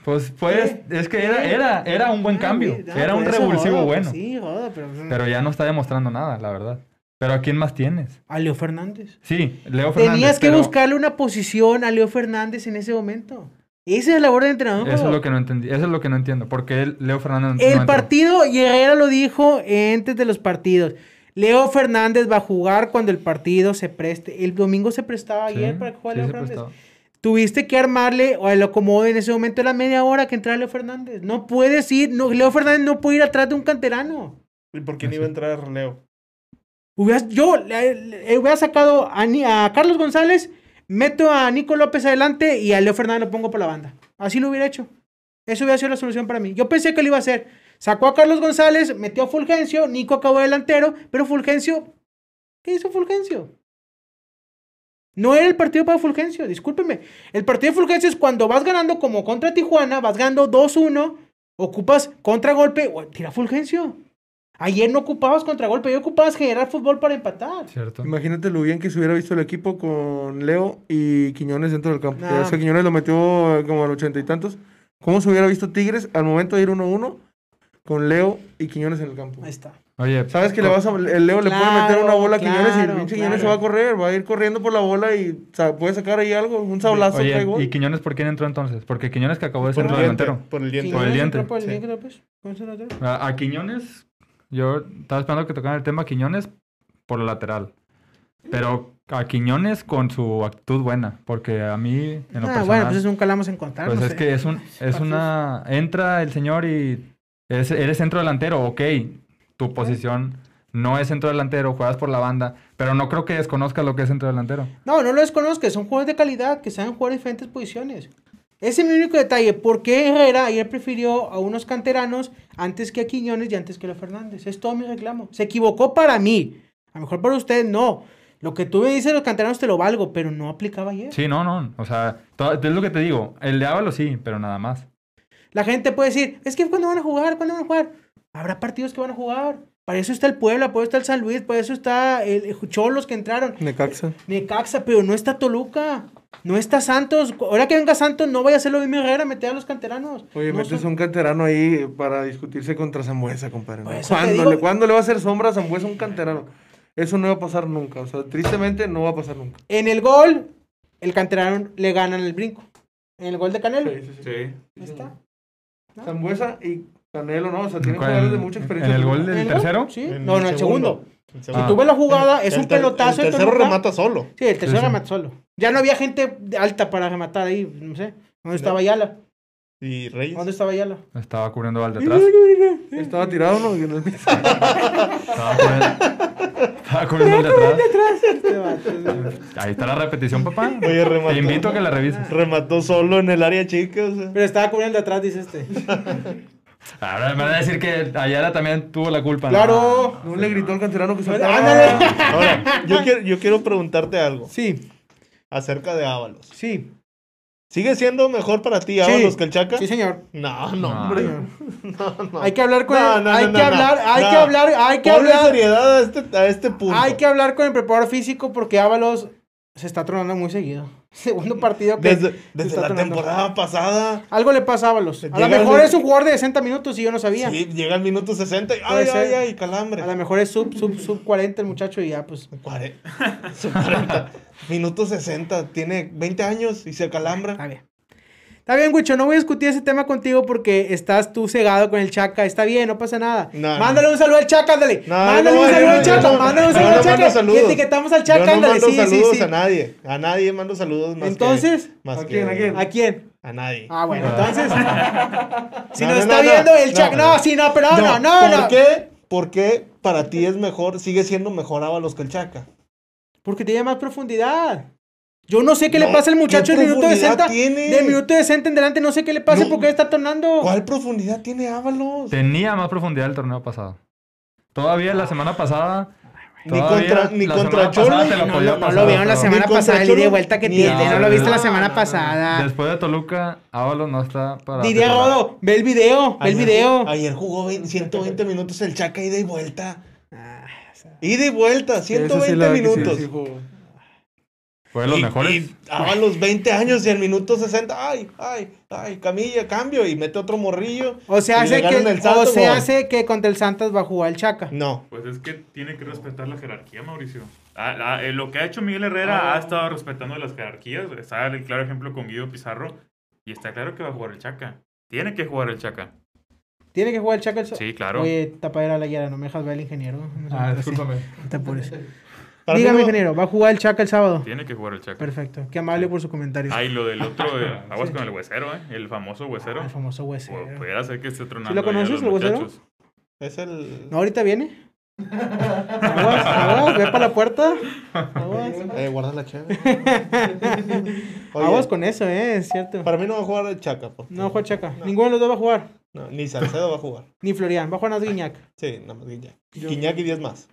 pues, pues Eh, es que era, era, era un buen Ah, cambio. mira, Era por un eso, revulsivo Rodo, bueno. Sí, Rodo, pero... Pero ya no está demostrando nada, la verdad. Pero ¿a quién más tienes? A Leo Fernández. Sí, Leo Fernández. Tenías que pero buscarle una posición a Leo Fernández en ese momento. Esa es la labor del entrenador. Eso es Rodo. lo que no entendí. Eso es lo que no entiendo. Porque él- Leo Fernández no El entró? partido, y Herrera lo dijo antes de los partidos. Leo Fernández va a jugar cuando el partido se preste. El domingo se prestaba Sí, ayer para que sí jugara Leo se Fernández. prestó. Tuviste que armarle o el acomodo en ese momento era media hora que entraba Leo Fernández. No puedes ir, no, Leo Fernández no puede ir atrás de un canterano. ¿Y por quién iba a entrar Leo? Hubieras- yo le- le- hubiera sacado a, Ni- a Carlos González, meto a Nico López adelante y a Leo Fernández lo pongo por la banda. Así lo hubiera hecho. Eso hubiera sido la solución para mí. Yo pensé que lo iba a hacer. Sacó a Carlos González, metió a Fulgencio, Nico acabó delantero, pero Fulgencio, ¿qué hizo Fulgencio? No era el partido para Fulgencio, discúlpeme. El partido de Fulgencio es cuando vas ganando como contra Tijuana, vas ganando 2-1, ocupas contragolpe, o- tira Fulgencio. Ayer no ocupabas contragolpe, yo ocupabas generar fútbol para empatar. Cierto. Imagínate lo bien que se hubiera visto el equipo con Leo y Quiñones dentro del campo. No. Ya ves que Quiñones lo metió eh, como al ochenta y tantos. ¿Cómo se hubiera visto Tigres al momento de ir 1-1 con Leo y Quiñones en el campo? Ahí está. Oye, ¿Sabes que le vas a, el Leo le puede Claro, meter una bola a Quiñones y el claro, pinche Quiñones se va claro. a correr? Va a ir corriendo por la bola y sa- puede sacar ahí algo, un sablazo, oye, cae gol. ¿y Quiñones por quién entró entonces? Porque Quiñones que acabó de ser Por el delantero. diente. Por el diente. Por el Quiñones diente, entró por el pues, sí. diente, López. ¿Cómo se lo entró? A, a Quiñones, yo estaba esperando que tocaran el tema a Quiñones por el lateral. Pero a Quiñones con su actitud buena. Porque a mí, en lo Ah, personal, bueno, pues eso nunca la vamos a encontrar. Pues no es sé. que es un, es una. Entra el señor y es- eres centro delantero, ok. Tu posición no es centro delantero, juegas por la banda, pero no creo que desconozcas lo que es centro delantero. No, no lo desconozcas, son jugadores de calidad que saben jugar diferentes posiciones. Ese es mi único detalle. ¿Por qué Herrera ayer prefirió a unos canteranos antes que a Quiñones y antes que a Leo Fernández? Es todo mi reclamo. Se equivocó para mí. A lo mejor para usted no. Lo que tú me dices de los canteranos te lo valgo, pero no aplicaba ayer. Sí, no, no. O sea, to- es lo que te digo. El de Ábalos sí, pero nada más. La gente puede decir, es que cuando van a jugar, cuando van a jugar. Habrá partidos que van a jugar. Para eso está el Puebla, para eso está el San Luis, para eso está el Cholos que entraron. Necaxa. Necaxa, pero no está Toluca. No está Santos. Ahora que venga Santos, no vaya a hacer lo mismo Herrera, meter a los canteranos. Oye, No metes son- un canterano ahí para discutirse contra Zambuesa, compadre. ¿no? Por eso te ¿Cuándo, digo- le, cuándo le va a hacer sombra a Zambuesa a un canterano? Eso no va a pasar nunca. O sea, tristemente no va a pasar nunca. En el gol, el canterano le ganan el brinco. En el gol de Canelo. Sí, sí, sí. Sí. Ahí está. Zambuesa y Canelo, ¿no? O sea, tienen ¿Cuál? jugadores de mucha experiencia. ¿En el gol ¿En de- el tercero? gol? Sí. No, no, el segundo. El Si segundo. Ah. tú ves la jugada, es El un ter- pelotazo. de El tercero Toluca. remata solo. Sí, el tercero Sí, sí. remata solo. Ya no había gente alta para rematar ahí, no sé. ¿Dónde estaba Ayala? Y Reyes. ¿Dónde estaba Ayala? Estaba cubriendo al detrás. Estaba tirado, ¿no? Y en el piso. Estaba cubriendo, estaba cubriendo al detrás. Este vato. Ahí está la repetición, papá. Oye, remató. Te invito a que la revises. Remató solo en el área chica. o sea. Pero estaba cubriendo atrás, dice este. Ahora Ah, me van a decir que Ayala también tuvo la culpa. ¿no? ¡Claro! No le gritó al canterano que ah, saltaba. ¡Ándale! Ah. Ahora, yo quiero, yo quiero preguntarte algo Sí, acerca de Ábalos. sí. ¿Sigue siendo mejor para ti Ábalos que el Chaca? Sí, señor. No, no, No. hombre. Señor. No, no. Hay que hablar con No, el, no, hay no, que no, hablar, no. hay que No. hablar, hay que Ponle hablar, seriedad a este, a este punto. hay que hablar con el preparador físico porque Ábalos se está tronando muy seguido. Segundo partido que Desde, se desde está la tronando. temporada pasada. Algo le pasa a Ábalos. A lo Llega mejor el- es un jugador de 60 minutos y yo no sabía. Sí, llega el minuto 60 y Puede ay, ay, ser. ay, calambre. A lo mejor es sub, sub, sub 40 el muchacho y ya, pues. Cuare- son 40. Minuto 60, tiene 20 años y se Está calambra. bien. Está bien, Guicho, no voy a discutir ese tema contigo porque estás tú cegado con el Chaca. Está bien, no pasa nada. No, mándale un saludo al Chaca, ándale. No, mándale un no, yo saludo no- al yo Chaca, no- mándale un yo saludo no al Chaca. mando saludos. Y etiquetamos al Chaca, Yo no ándale. mando Sí, sí, saludos sí. a nadie. A nadie mando saludos más Entonces, que- más ¿a que- quién, a quién? ¿A quién? a nadie. Ah, bueno, entonces. si No, no, no, está no, no, viendo el no. Chaca. No, sí, no, pero no, no, no. ¿Por qué? ¿Por qué para ti es mejor, sigue siendo mejor Ábalos que el Chaca? Porque tiene más profundidad. Yo no sé qué le No, pasa al muchacho ¿qué en minuto profundidad 60. tiene? Del minuto 60 en delante, no sé qué le pasa No. porque está tornando. ¿Cuál profundidad tiene Ábalos? Tenía más profundidad el torneo pasado. Todavía Ah. la semana pasada. Ni todavía contra- ni la contra semana pasada Cholos. te lo No, podía no, no pasar, lo vieron la pero semana Ni contra pasada, el ida y Cholo, vuelta que ni tiene. ahora. No lo viste la No, semana pasada. Después de Toluca, Ábalos no está para. Diría titular. Rodo, ve el video, ve el Ayer- video. Ayer jugó 20 120 minutos el Chaca ida y vuelta. Ida y vuelta, 120 minutos. Fue de los Y- mejores. Y a los 20 años y al minuto 60, ay, ay, ay, Camilla, cambio y mete otro morrillo. O sea, y hace le que, ganan el Mm. salto, o se gol. hace que contra el Santos va a jugar el Chaca. No. Pues es que tiene que respetar la jerarquía, Mauricio. Ah, ah, eh, lo que ha hecho Miguel Herrera Ah. ha estado respetando las jerarquías. Está el claro ejemplo con Guido Pizarro. Y está claro que va a jugar el Chaca. Tiene que jugar el Chaca. Tiene que jugar el Chaca el Sí, claro. Oye, tapadera la llave, no me dejas ver al ingeniero. No sé, Ah, así, discúlpame. no te apures. Para mí Dígame, no- ingeniero, ¿va a jugar el Chaca el sábado? Tiene que jugar el Chaca. Perfecto, qué amable por su comentario. Ay, lo del otro, eh, aguas con el huesero, ¿eh? El famoso huesero. Ah, El famoso Pues, hueso. Pu- Pudiera ser que esté tronando. ¿Sí lo ahí a conoces, los el huesero? muchachos. Es el. ¿No ahorita viene? Aguas, aguas, ve para la puerta. Aguas. Eh, guarda la chave. Oye, Aguas con eso, eh, es cierto. Para mí no va a jugar el Chaca. porque- No juega Chaca. Ninguno de los dos va a jugar. no, ni Salcedo va a jugar. Ni Florian. Va a jugar Naz Guiñac. Sí, nada más Guiñac. Guiñac y 10 más.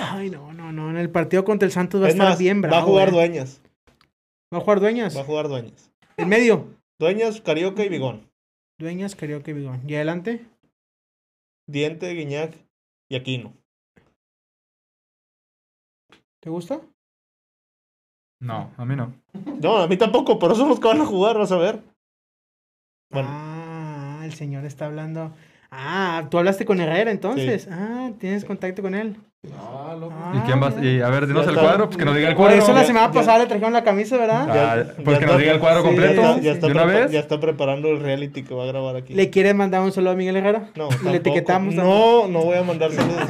Ay, no, no, no. En el partido contra el Santos va a Es estar más, bien bravo. va a jugar eh. dueñas. Va a jugar Dueñas. Va a jugar dueñas. En medio. Dueñas, Carioca y Bigón. Dueñas, Carioca y Bigón. Y adelante. Diente, Guiñac y Aquino. ¿Te gusta? No, a mí no. No, a mí tampoco, por eso los que van a jugar, vas a ver. Bueno, Ah, el señor está hablando. Ah, tú hablaste con Herrera entonces. Ah, tienes contacto con él. Ah, ¿Y quién va? ya. Y a ver, dinos Ya el está. cuadro, pues que nos diga el Por cuadro. eso la ya- semana ya- pasada le trajeron la camisa, ¿verdad? Ah, Ya- pues ya que está- nos diga el cuadro sí, completo. ya, ya está de una prepa- vez. ya está preparando el reality que va a grabar aquí. ¿Le quieres mandar un saludo a Miguel Herrera? No, Y tampoco. le etiquetamos. No, no voy a mandar saludos.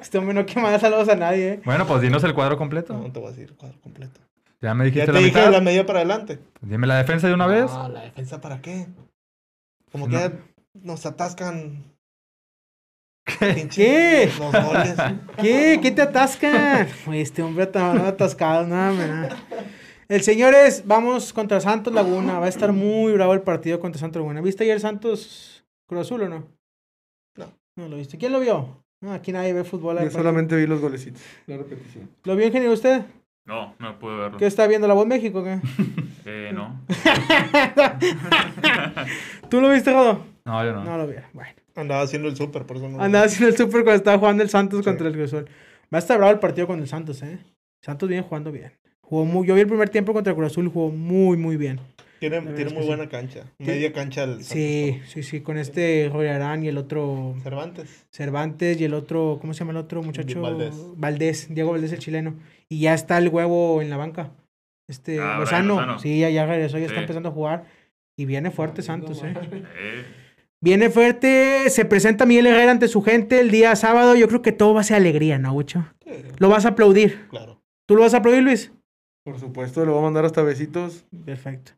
Este hombre no quiere mandar saludos a nadie, eh. Bueno, pues dinos el cuadro completo. No te voy a decir cuadro completo. Ya me Ya dijiste te la dije mitad. de la media para adelante. Dime la defensa de una vez. No, la defensa para qué. Como No. que ya nos atascan. ¿Qué? Pinche- Los goles. ¿Qué? ¿Qué te atascan? Oye, este hombre está atascado, nada, nada. El señor es, vamos contra Santos Laguna. Va a estar muy bravo el partido contra Santos Laguna. ¿Viste ayer Santos Cruz Azul o no? No. No lo viste. ¿Quién lo vio? No, aquí nadie ve fútbol. Yo aparte. solamente vi los golecitos. La repetición. ¿Lo vio, ingeniero, usted? No, no puedo verlo. ¿Qué está viendo? ¿La Voz México o qué? Eh, no. ¿Tú lo viste, Rodo? No, yo No no. lo vieron. Bueno. Andaba haciendo el súper, por eso no. Andaba haciendo el super cuando estaba jugando el Santos Sí. contra el Cruz Azul. Va a estar bravo el partido con el Santos, ¿eh? Santos viene jugando bien. Jugó muy, yo vi el primer tiempo contra el Cruz Azul, jugó muy, muy bien. Tiene, verdad tiene es muy que buena cancha. Sí. Media cancha del Sí, sí, sí, con este Jorge Arán y el otro Santos. Cervantes. Cervantes y el otro, ¿cómo se llama el otro muchacho? Valdés. Valdés, Diego Valdés el chileno. Y ya está el huevo en la banca. Este, Ah, Brian Lozano. Lozano. Sí, ya, ya regresó, ya Sí. Ah, está empezando a jugar. Y viene fuerte Santos, ¿eh? Eh, Viene fuerte, se presenta Miguel Herrera ante su gente el día sábado. Yo creo que todo va a ser alegría, ¿no, Gucho? Sí, Lo vas a aplaudir. claro. ¿Tú lo vas a aplaudir, Luis? Por supuesto, le voy a mandar hasta besitos. Perfecto.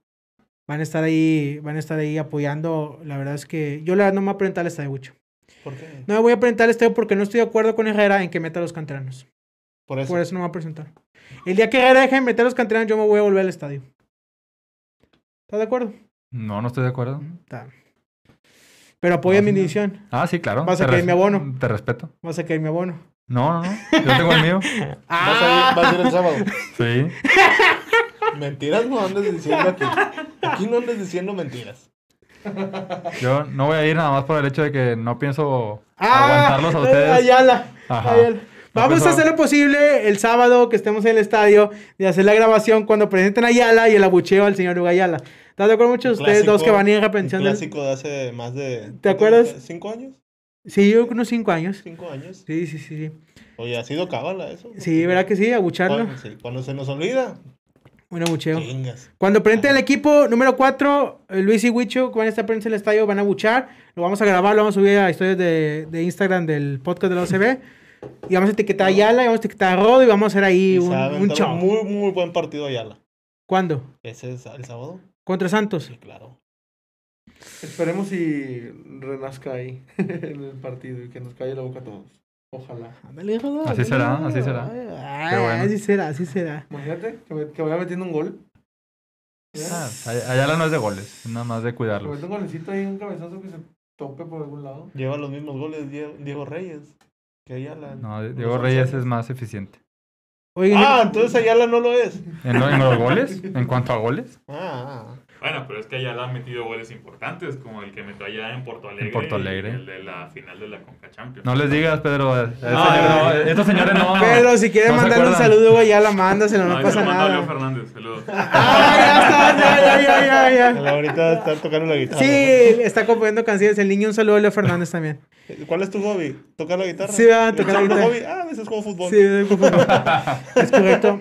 Van a estar ahí, van a estar ahí apoyando. La verdad es que yo la verdad no me voy a presentar al estadio, Gucho. ¿Por qué? No me voy a presentar al estadio porque no estoy de acuerdo con Herrera en que meta a los canteranos. Por eso. Por eso no me voy a presentar. El día que Herrera deje de meter a los canteranos, yo me voy a volver al estadio. ¿Estás de acuerdo? No, no estoy de acuerdo. Está. Pero apoya No, mi señor. decisión. Ah, sí, claro. Vas a te querer res- mi abono. Te respeto. Vas a caer mi abono. No, no, no. Yo tengo el mío. ¿Vas, a ir, Ah. vas a ir el sábado. Sí. Mentiras no andes diciendo aquí. Aquí no andes diciendo mentiras. Yo no voy a ir nada más por el hecho de que no pienso Ah, aguantarlos a ustedes. Ayala, Ajá. Ayala. Vamos pensaba- a hacer lo posible el sábado que estemos en el estadio de hacer la grabación cuando presenten a Ayala y el abucheo al señor Hugo Ayala. ¿Estás de acuerdo muchos de ustedes Clásico- dos que van a ir repensando? Un el- clásico de hace más de. ¿Te acuerdas? ¿Cinco años? Sí, yo unos cinco años. ¿Cinco años? Sí, sí, sí. sí. Oye, ha sido cábala eso. Sí, ¿verdad que sí? Abucharlo. Cuando, sí, cuando se nos olvida, Un abucheo. chingas. Cuando presenten el equipo número 4, Luis y Huicho, que van a estar presentes en el estadio, van a buchar. Lo vamos a grabar, lo vamos a subir a historias de, de Instagram del podcast de la OCB. Y vamos a etiquetar a Ayala, y vamos a etiquetar a Rodo y vamos a hacer ahí Y un, se ha un aventado show. Muy, muy buen partido Ayala. ¿Cuándo? ¿Ese es el sábado? ¿Contra Santos? Sí, claro. Esperemos si renazca ahí en el partido y que nos calle la boca a todos. Ojalá. Ándale, Rodo, Así ándale, será, Rodo. así será. Ay, Qué bueno. Así será, así será. Imagínate que, me- que vaya metiendo un gol. Ah, Ay- Ayala no es de goles, es nada más de Que cuidarlos. meta un golecito ahí, un cabezazo que se tope por algún lado. Lleva los mismos goles Die- Diego Reyes que Ayala. No, Los Diego once Reyes años. es más eficiente. Oigan, Ah, entonces Ayala no lo es. ¿En, lo- en los goles? ¿En cuanto a goles? Ah, ah. Bueno, pero es que allá le han metido goles importantes, como el que metió allá en Porto Alegre. Porto y Alegre. el de la final de la Conca Champions. No les digas, Pedro. a- a ese No, señor no, eh. estos señores no. Pedro, si quieres no se mandarle un acuerdan. saludo, güey, ya la mándaselo, no, Ay, pasa se lo mando a Leo nada. Fernández, saludos. Ah, ya está, ya, ya, ya, ya, ya. ah. Ahorita está tocando la guitarra. Sí, está componiendo canciones. El niño, un saludo a Leo Fernández también. ¿Cuál es tu hobby? ¿Tocar la guitarra? Sí, va, tocar la ¿Tu guitarra. hobby? Ah, a veces juego fútbol. Sí, es correcto.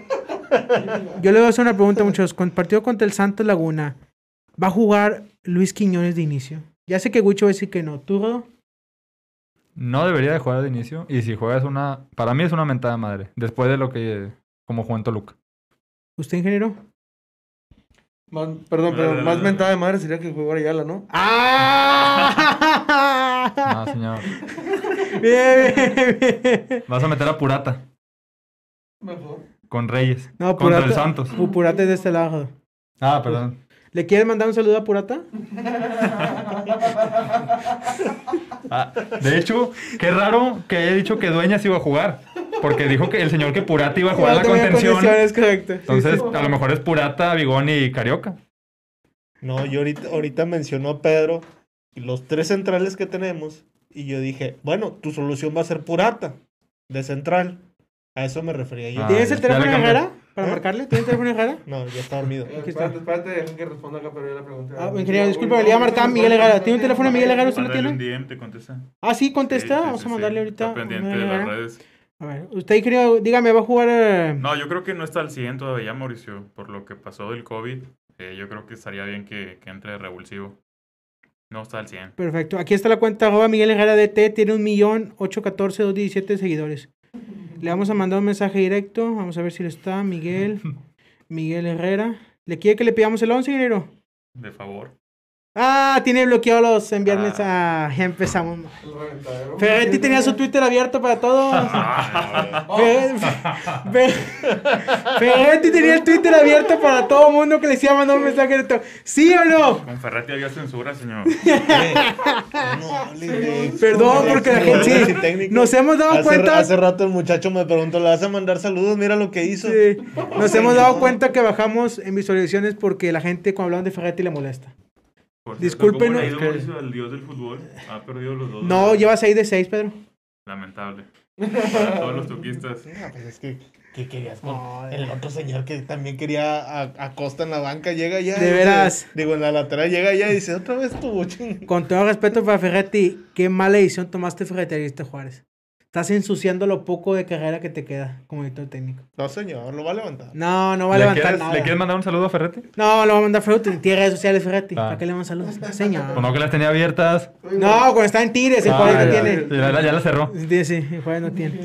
Yo le voy a hacer una pregunta, muchachos. Con el partido contra el Santos Laguna, ¿va a jugar Luis Quiñones de inicio? Ya sé que Gucho va a decir que no. ¿Tú, Rodo? No debería de jugar de inicio. Y si juegas una. Para mí es una mentada madre. Después de lo que. eh, Como jugó en Toluca. ¿Usted, ingeniero? Más- perdón, Dale, pero dale, más dale. mentada de madre sería que jugara Ayala, ¿no? No, ¡Ah! señor. Bien, bien, bien. Vas a meter a Purata. Mejor. Con Reyes. No, contra Purata. el Santos. Pu- Purata es de este lado. Ah, perdón. ¿Le quieres mandar un saludo a Purata? Ah, de hecho, qué raro que haya dicho que Dueñas iba a jugar. Porque dijo que el señor que Purata iba a jugar la Purata buena contención. condición, es correcto. Entonces, a lo mejor es Purata, Bigón y Carioca. No, yo ahorita, ahorita mencionó a Pedro los tres centrales que tenemos y yo dije, bueno, tu solución va a ser Purata, de central. A eso me refería yo. Ah, ¿Tienes el ya- ya le teléfono de cambió. Herrera para ¿Eh? marcarle? ¿Tienes el teléfono de Herrera? No, ya está dormido. Eh, está. Espérate, espérate, dejen que responda acá, pero yo la pregunté. Ah, ingeniero, disculpe, le iba a marcar a Miguel Herrera. ¿Tiene un teléfono de Miguel Herrera? ¿Usted lo Mándale un tiene? DM, te contesta. Ah, sí, Sí, contesta. sí, Vamos sí, a sí. mandarle ahorita. Está pendiente Miguel de las Herrera. redes. A ver, usted, ingeniero, dígame, ¿va a jugar eh, No, yo creo que no está al 100 todavía, Mauricio, por lo que pasó del COVID. Eh, yo creo que estaría bien que, que entre revulsivo. No está al 100. Perfecto. Aquí está la cuenta arroba Miguel Herrera DT. Tiene un millón ocho catorce dos diecisiete seguidores. Le vamos a mandar un mensaje directo. Vamos a ver si lo está. Miguel. Miguel Herrera. ¿Le quiere que le pidamos el 11, dinero? De favor. Ah, tiene bloqueados los enviarles a... Ah. Ya empezamos. mal. Ferretti tenía su Twitter abierto para todos. Fer- Fer- Ferretti tenía el Twitter abierto para todo el mundo que le decía mandar un mensaje directo. ¿Sí o no? Con Ferretti había censura, señor. Eh, no hables de eso, Perdón, güey, porque la sí, gente- güey, sí, sí, técnico. nos hemos dado Hace- cuenta- Hace rato el muchacho me preguntó, ¿le vas a mandar saludos? Mira lo que hizo. Sí. Nos hemos dado cuenta que bajamos en visualizaciones porque la gente cuando hablan de Ferretti le molesta. Por cierto, Disculpen, ¿cómo le ha es ido que- Mauricio al dios del fútbol? Ha perdido los dos. No, lleva 6 de 6, Pedro. Lamentable. Para todos los tuquistas. Ah, pues es que, ¿qué querías con el otro señor que también quería a, a Costa en la banca? Llega ya. De y dice- veras. digo, en la lateral llega ya y dice, otra vez tu ching. Con todo respeto para Ferretti, qué mala decisión tomaste Ferreterista Juárez. Estás ensuciando lo poco de carrera que te queda como editor técnico. No, señor, lo va a levantar. No, no va a levantar quieres, nada. ¿Le quieres mandar un saludo a Ferretti? No, lo va a mandar Ferretti. Tiene redes sociales Ferretti. Ah. ¿Para qué le mandan saludos? Señor. O Pues no que las tenía abiertas. No, cuando está en Tigres, el Ah, Juárez no ya, tiene. ya la- ya la cerró. Sí, sí, el Juárez no tiene.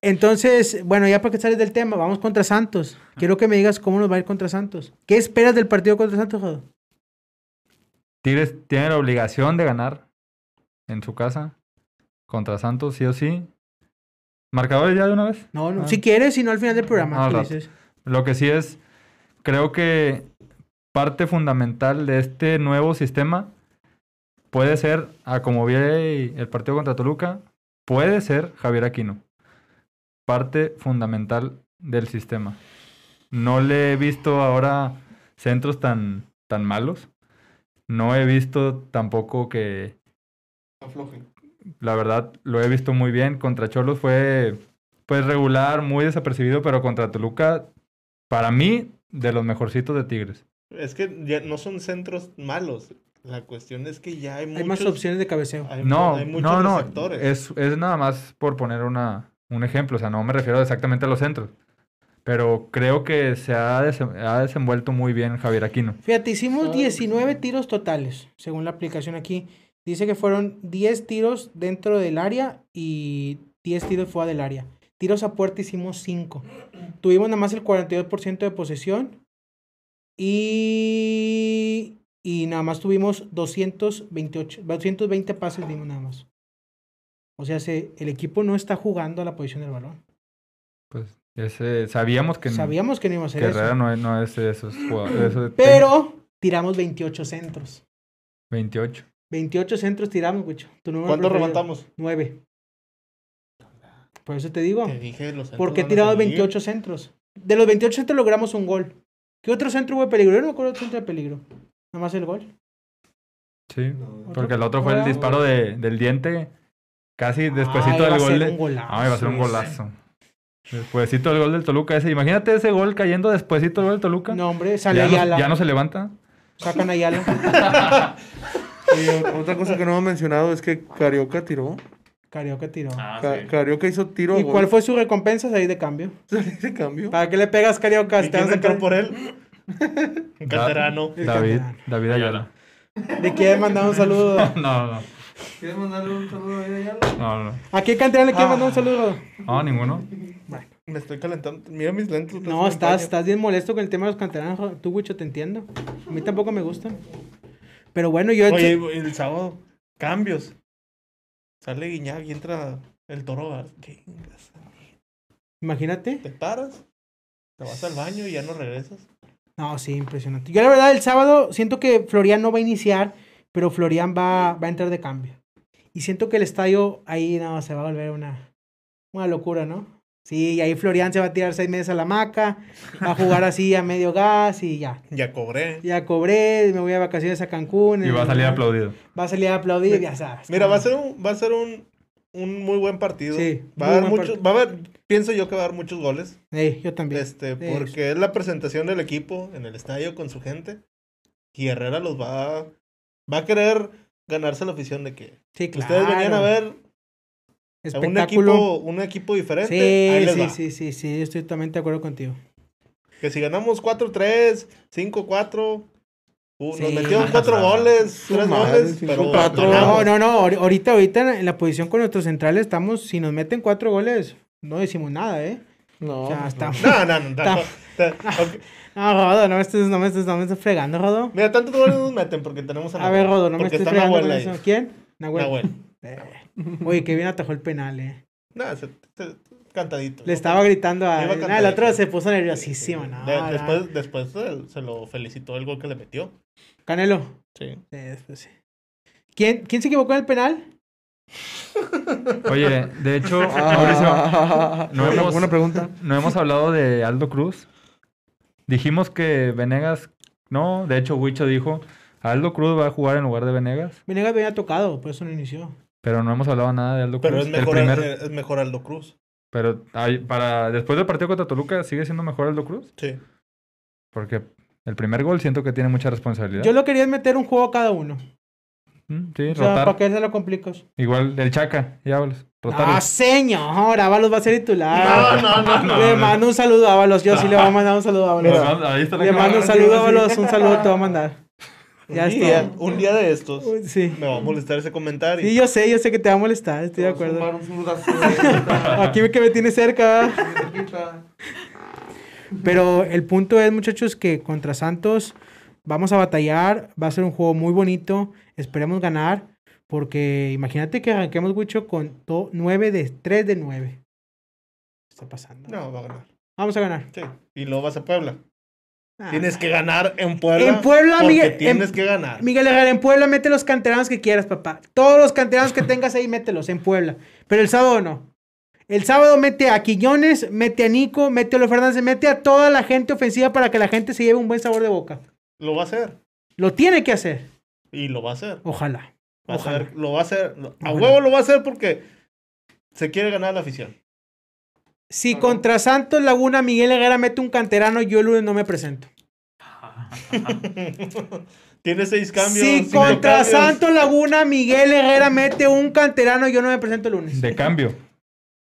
Entonces, bueno, ya para que sales del tema, vamos contra Santos. Quiero que me digas cómo nos va a ir contra Santos. ¿Qué esperas del partido contra Santos, Jado? Tigres tiene la obligación de ganar en su casa contra Santos, sí o sí. ¿Marcadores ya de una vez? No, no. Ah. Si quieres, si no al final del programa. Ah, tú al dices. Lo que sí es, creo que parte fundamental de este nuevo sistema puede ser, a como vi el partido contra Toluca, puede ser Javier Aquino. Parte fundamental del sistema. No le he visto ahora centros tan, tan malos. No he visto tampoco que, la verdad, lo he visto muy bien. Contra Cholos fue pues regular, muy desapercibido, pero contra Toluca, para mí, de los mejorcitos de Tigres. Es que ya no son centros malos. La cuestión es que ya hay muchos. Hay más opciones de cabeceo. hay mu- No, hay muchos no, no, receptores. es, es nada más por poner una, un ejemplo, o sea, no me refiero exactamente a los centros, pero creo que se ha, desem- ha desenvuelto muy bien Javier Aquino. Fíjate, hicimos 19 tiros totales, según la aplicación aquí. Dice que fueron 10 tiros dentro del área y 10 tiros fuera del área. Tiros a puerta hicimos 5. Tuvimos nada más el 42% de posesión y, y nada más tuvimos 228, 220 pases dimos nada más. O sea, se- el equipo no está jugando a la posición del balón. Pues ese- sabíamos que, Sabíamos que no iba a que ser eso. Herrera no, es- no es de esos jugadores. de esos- Pero tiramos 28 centros. 28. 28 centros tiramos, güey. ¿Cuántos levantamos? 9. Por eso te digo. Te dije los centros Porque van a tiramos seguir. 28 centros. De los 28 centros logramos un gol. ¿Qué otro centro hubo de peligro? Yo no me acuerdo de otro centro de peligro. Nada más el gol. Sí, ¿Otro? porque el otro fue el Ah, disparo de- del diente, casi despuésito iba a del ser gol. de- un golazo Ah, iba a ser un ese. golazo. Despuésito del gol del Toluca ese. Imagínate ese gol cayendo despuésito del gol del Toluca. No, hombre, sale ya, no, Ayala. ya no se levanta. Sacan Ayala. Y o- otra cosa que no hemos mencionado es que Carioca tiró. Carioca tiró. Ah, Ca- sí. Carioca hizo tiro. a ¿Y gol. cuál fue su recompensa salir de cambio? Ese cambio. ¿Para qué le pegas Carioca? ¿Y Te quién vas a entró sacar- por él? Un Da- Canterano. David, campeón. David Ayala. ¿De quién mandar un saludo? No, no, ¿Quieres mandarle un saludo a ella? no, no. ¿A qué cantidad le quieren mandar un saludo? No, ninguno. Me estoy calentando. Mira mis lentes. No, estás, estás bien molesto con el tema de los canteranos. jo- Tú, Wicho, te entiendo. A mí tampoco me gustan. Pero bueno, yo... Oye, el sábado, cambios. Sale Guiñac y entra el toro. Gar- ¿Qué? Imagínate. ¿Te paras? ¿Te vas al baño y ya no regresas? No, sí, impresionante. Yo la verdad, el sábado siento que Florian no va a iniciar, pero Florian va, va a entrar de cambio. Y siento que el estadio ahí no, se va a volver una, una locura, ¿no? Sí, y ahí Florian se va a tirar seis meses a la maca, va a jugar así a medio gas y ya. Ya cobré. Ya cobré, me voy a vacaciones a Cancún. Y va a salir aplaudido. Va a salir a aplaudir, ya sabes. Mira, va a ser un, va a ser un, un muy buen partido. Sí, va muy a haber buen muchos, partido. va a haber, pienso yo que va a haber muchos goles. Sí, yo también. Este, Sí. porque es la presentación del equipo en el estadio con su gente. Y Herrera los va a, va a querer ganarse la afición de que Sí, claro. ustedes venían a ver a un equipo, un equipo diferente. ahí Sí, les sí, va. sí, sí, sí, estoy totalmente de acuerdo contigo. Que si ganamos 4-3, 5-4, uh, nos Sí. metieron 4 goles, Su 3 madre, goles, pero 5-4. ganamos. No, no, no, ahor- ahorita, ahorita en la posición con nuestros centrales estamos, si nos meten cuatro goles, no decimos nada, ¿eh? No. O sea, estamos... No, no, no, Ta- ta- ta- ok. No, Rodo, no me estés, no me estés, no me estés fregando, Rodo. Mira, tantos goles nos meten porque tenemos a A ver, Rodo, no me porque estés está fregando Nahuel con ahí. eso. ¿Quién? Nahuel. Nahuel. Eh, Oye, que bien atajó el penal, ¿eh? No, se- se- cantadito. Le estaba gritando a... Iba él. Ah, el cantando. otro se puso nerviosísimo, ¿no? Eh, De- no. después después se, se lo felicitó el gol que le metió. Canelo. Sí. Sí, después sí. ¿Quién, ¿Quién se equivocó en el penal? Oye, de hecho, Ah. Mauricio, Ah, no buena- hemos- buena pregunta. no hemos hablado de Aldo Cruz. Dijimos que Venegas, no, de hecho Huicho dijo, Aldo Cruz va a jugar en lugar de Venegas, Venegas había tocado, por eso no inició. pero no hemos hablado nada de Aldo Pero Cruz. es el mejor, primer, es mejor Aldo Cruz. pero hay- para después del partido contra Toluca sigue siendo mejor Aldo Cruz, Sí. porque el primer gol siento que tiene mucha responsabilidad. Yo lo quería es meter un juego a cada uno. Mm, sí, O sea, rotar. ¿para qué se lo complicas? Igual del Chaca, ya hablas. Rotar. Ah, señor, Ábalos va a ser titular. No, no, no, no. le mando un saludo a Ábalos. Yo sí le voy a mandar un saludo a Ábalos. Ahí está la Le cámara. mando un saludo a Ábalos. Un saludo te voy a mandar. Ya un, está. día, un día de estos Sí. me va a molestar ese comentario. Sí, yo sé, yo sé que te va a molestar. Estoy de acuerdo. Aquí que me tiene cerca. Pero el punto es, muchachos, que contra Santos vamos a batallar. Va a ser un juego muy bonito. Esperemos ganar. Porque imagínate que arranquemos, Wicho, con 9 de 3 de 9. está pasando? No, va a ganar. Vamos a ganar. Sí. Y luego vas a Puebla. Ah. Tienes que ganar en Puebla. En Puebla, porque Miguel, Tienes en- que ganar. Miguel Herrera, en Puebla mete los canteranos que quieras, papá. Todos los canteranos que tengas ahí, mételos en Puebla. Pero el sábado no. El sábado mete a Quiñones, mete a Nico, mete a Leo Fernández, mete a toda la gente ofensiva para que la gente se lleve un buen sabor de boca. Lo va a hacer. Lo tiene que hacer. Y lo va a hacer. Ojalá. Va a Ojalá. hacer- lo va a hacer. A Ojalá. huevo lo va a hacer porque se quiere ganar la afición. Si contra Santos Laguna Miguel Herrera mete un canterano, yo el lunes no me presento. Tiene seis cambios. si cinco contra cambios. Santos Laguna Miguel Herrera mete un canterano, yo no me presento el lunes. De cambio.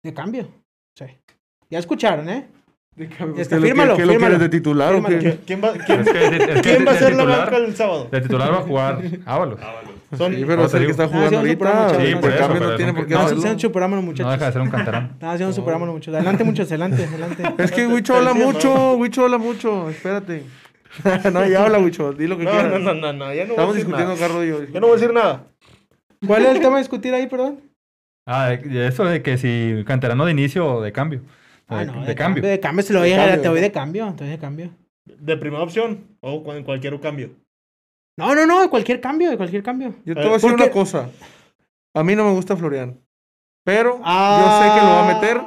De cambio. Sí. Ya escucharon, ¿eh? ¿Qué Este, lo que- fírmalo, ¿Qué lo fírmalo. quieres de titular o qué? Fírmalo. ¿Qui- ¿Quién va, quién- Es que- es que quién va a de ser la titular- banca el sábado? De titular va a jugar Ábalos. Son, Sí, pero Ah, es el te digo. que está Ah, sí, jugando vamos a probar mucho, ahorita. Sí, vamos a probar. por cambio no Pero tiene nunca- por qué no, No, sí, se hacerlo. han superado No muchachos. deja de ser Oh. un canterano. Nada, sí, vamos a superarlo, muchachos. Adelante, muchachos, adelante, adelante. Es que Te- Huicho te habla decía, mucho, Huicho habla mucho, espérate. No, ya habla Huicho, di lo que No, quieras. no, no, no, no, ya no Estamos voy a decir discutiendo, nada. Carlos y yo. Yo no voy a decir nada. ¿Cuál es el tema a discutir ahí, perdón? Ah, de- eso de que si canterano de inicio o de cambio. de, de cambio. Ah, De cambio, se lo voy De a dejar, cambio. te voy de cambio, te voy de cambio. De primera opción o cu- en cualquier cambio. No, no, no, de cualquier cambio, de cualquier cambio. Yo te voy a decir Porque- una cosa. A mí no me gusta Florian. Pero yo sé que lo va a Ah. meter.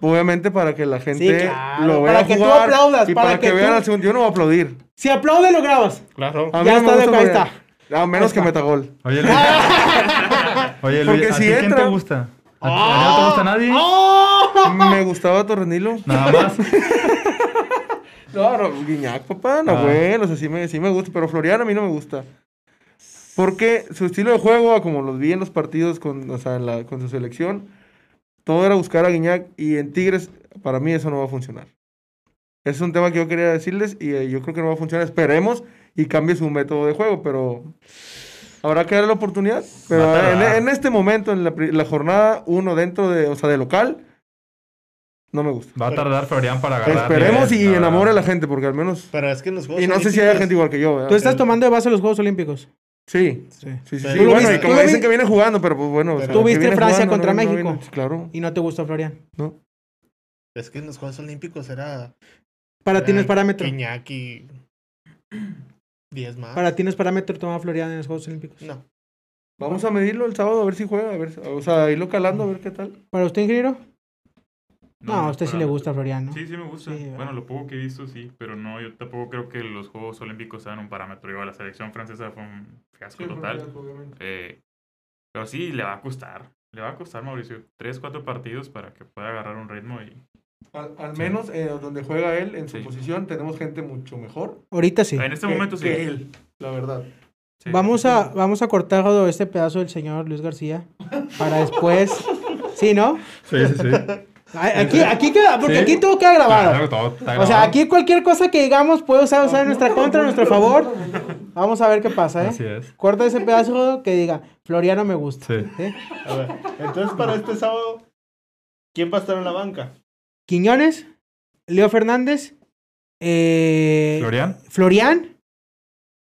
Obviamente para que la gente claro, lo vea para que tú jugar aplaudas, y para para, que que, tú- vean al segundo. Yo no voy a aplaudir. Si aplaude, lo grabas. Claro. A mí Ya no me está, gusta de- ahí Florian. A menos que meta gol. Oye, Luis. Oye, Luis, Porque ¿a si ti quién entra- te gusta? ¿A, a ti no te gusta nadie? Ah. Ah. Me gustaba Torrenilo. Nada más. No, no, Guiñac, papá, no, Ah. bueno, o sea, sí me, sí me gusta, pero Florian a mí no me gusta. Porque su estilo de juego, a como los vi en los partidos con, o sea, en la- con su selección, todo era buscar a Guiñac y en Tigres, para mí eso no va a funcionar. Ese es un tema que yo quería decirles y eh, yo creo que no va a funcionar. Esperemos y cambie su método de juego, pero habrá que darle la oportunidad. Pero Va a en, tardar. en este momento, en la, pri- la jornada uno dentro de, o sea, de local, no me gusta. Va a tardar Florian para agarrar. Esperemos nivel, y la enamore a verdad. la gente, porque al menos. Pero es que en los juegos Y no sé si hay gente igual que yo, ¿verdad? Tú estás tomando de base los Juegos Olímpicos. Sí, Sí. sí, sí. Pero- sí. ¿Tú lo Bueno, viste? y ¿Tú como lo dicen vi- que viene jugando, pero pues bueno. o sea, Pero- que ¿Tú viste viene Francia jugando, contra no, no México? viene- claro. Y no te gustó, Florian. No. Es que en los Juegos Olímpicos era. Para ti no es parámetro. Iñaki. 10 más. Para ti no es parámetro tomar a Florian en los Juegos Olímpicos. No. Vamos a medirlo el sábado a ver si juega, a ver, o sea, irlo calando a ver qué tal. ¿Para usted, ingeniero? No, a usted sí le para- gusta Florian, ¿no? Sí, sí me gusta. Sí, ¿verdad? bueno, lo poco que he visto, sí, pero no, yo tampoco creo que los Juegos Olímpicos sean un parámetro. Digo, la selección francesa fue un fiasco total. Eh, pero sí, le va a costar. Le va a costar, Mauricio, tres, cuatro partidos para que pueda agarrar un ritmo y... Al, al menos eh, donde juega él, en su Sí. posición, tenemos gente mucho mejor Ahorita sí. En este que- momento sí. que él, la verdad. Sí. Vamos a, vamos a cortar todo este pedazo del señor Luis García para después. Sí, ¿no? Sí, sí, sí. A- Aquí, aquí queda, porque Sí. aquí todo queda grabado. Todo está O sea, grabado. aquí cualquier cosa que digamos puede usar, usar en nuestra contra, en nuestro favor. Vamos a ver qué pasa, Así ¿eh? es. Corta ese pedazo que diga, Floriano me gusta. Sí. ¿eh? A ver. Entonces, para este sábado, ¿quién va a estar en la banca? Quiñones, Leo Fernández, eh, Florian. Florian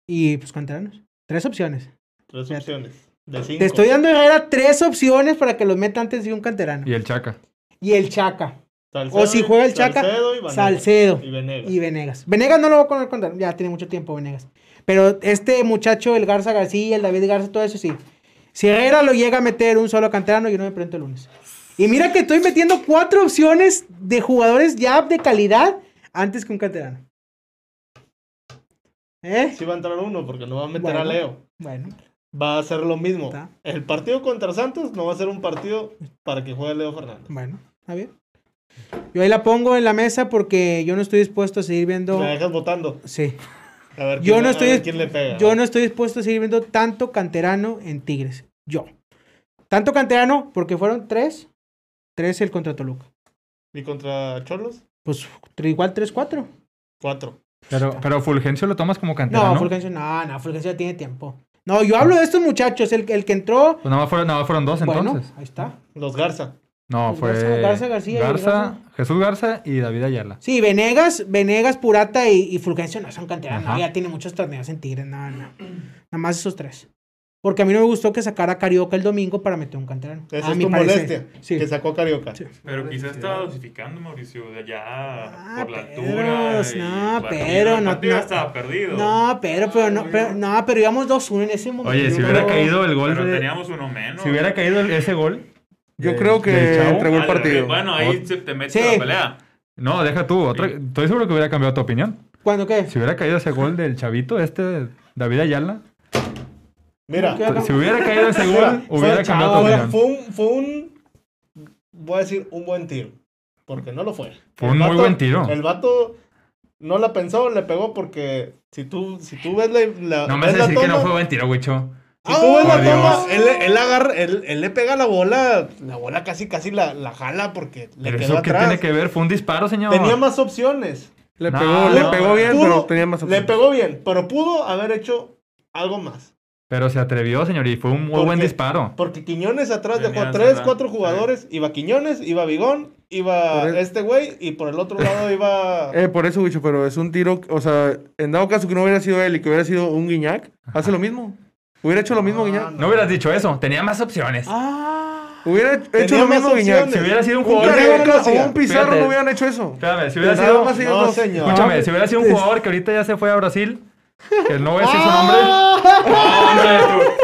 y pues Canteranos. Tres opciones. Tres Fíjate. opciones. De cinco. Te estoy dando Herrera tres opciones para que los meta antes de un canterano. Y el Chaca. Y el Chaca. Salcedo o si y- juega el Chaca, Salcedo y Vanegas. Salcedo. Y Venegas. Y Venegas. Venegas no lo voy a poner contra. Ya tiene mucho tiempo Venegas. Pero este muchacho, el Garza García, el David Garza, todo eso sí. Si Herrera lo llega a meter un solo canterano, yo no me pregunto el lunes. Y mira que estoy metiendo cuatro opciones de jugadores ya de calidad antes que un canterano. ¿Eh? Sí va a entrar uno porque no va a meter a Bueno. Leo. Bueno, Va a ser lo mismo. Está. El partido contra Santos no va a ser un partido para que juegue Leo Fernández. bueno, está bien. Yo ahí la pongo en la mesa porque yo no estoy dispuesto a seguir viendo. La dejas votando. Sí. A ver Yo quién, no a estoy- ver quién le pega. Yo no estoy dispuesto a seguir viendo tanto canterano en Tigres. Yo. Tanto canterano porque fueron tres. Tres el contra Toluca. ¿Y contra Cholos? Pues tre- igual 3-4. Cuatro. Pero, pero Fulgencio lo tomas como cantera, No, ¿no? Fulgencio, no, no, Fulgencio ya tiene tiempo. No, yo hablo de estos muchachos. El, el que entró. Pues nada más fueron, nada más fueron dos Bueno, Ah. entonces. ahí está. Los Garza. No, Pues fue Garza- Garza García y Garza, Garza. Jesús Garza y David Ayala. Sí, Venegas, Venegas, Purata y, y Fulgencio no son canteranos. Ajá. no, Ya tiene muchos torneos en Tigres, no, no. Nada más esos tres. Porque a mí no me gustó que sacara a Carioca el domingo para meter un canterano. Esa Ah, a es mi tu parecer. molestia. Sí. Que sacó a Carioca. Sí. Pero quizá estaba dosificando, Mauricio, de allá Ah, por la Pedro, altura. y no, la- Pedro, el no- partido no. estaba perdido. No, pero, pero no, pero, no, pero íbamos 2-1 en ese momento. Oye, si hubiera caído el gol Pero de- teníamos uno menos. Si hubiera caído el- ese gol. Yo de- creo que del chavo- entregó el Ah, de- partido. Bueno, ahí se te mete Sí. la pelea. No, deja tú. Otra, Sí. Estoy seguro que hubiera cambiado tu opinión. ¿Cuándo qué? Si hubiera caído ese gol del chavito, este David Ayala. Mira, ¿Qué? Si hubiera caído ese gol, Mira, hubiera fue- cambiado tu fue- opinión. Fue un, fue un- Voy a decir un buen tiro. Porque no lo fue. Fue El un muy vato- buen tiro. El vato no la pensó, le pegó porque si tú, si tú ves la. la- No me ves vas a la decir que no toma- fue buen tiro, güicho. Si tú ves Oh, la toma, Dios. él, él agarra, él, él le pega la bola, la bola casi casi la, la jala porque le Pero quedó eso qué atrás. tiene que ver, fue un disparo, señor. Tenía más opciones. Le No, pegó, no, le no, pegó no. bien, Pudo- pero tenía más Le opciones. pegó bien, pero pudo haber hecho algo más. Pero se atrevió, señor, y fue un muy ¿Por buen qué? disparo. Porque Quiñones atrás Venías, dejó tres, ¿verdad? cuatro jugadores. Iba Quiñones, iba Vigón, iba Por el- este güey y por el otro lado iba... Eh, por eso, bicho, pero es un tiro, o sea, en dado caso que no hubiera sido él y que hubiera sido un Guiñac, hace lo mismo. Hubiera hecho lo mismo Ah, Guiñac. No hubieras dicho eso, tenía más opciones. Ah, Hubiera hecho Tenía lo más mismo Guiñac. opciones. Si hubiera sido un Un jugador que- Guiñac no lo Carioca hacía. o un Pizarro Fíjate. no hubieran hecho eso. Espérame, si hubiera Nada sido. más ellos No, dos. señor. Escúchame, si hubiera sido un jugador que ahorita ya se fue a Brasil, que no voy a decir su nombre. Ah. No, hombre,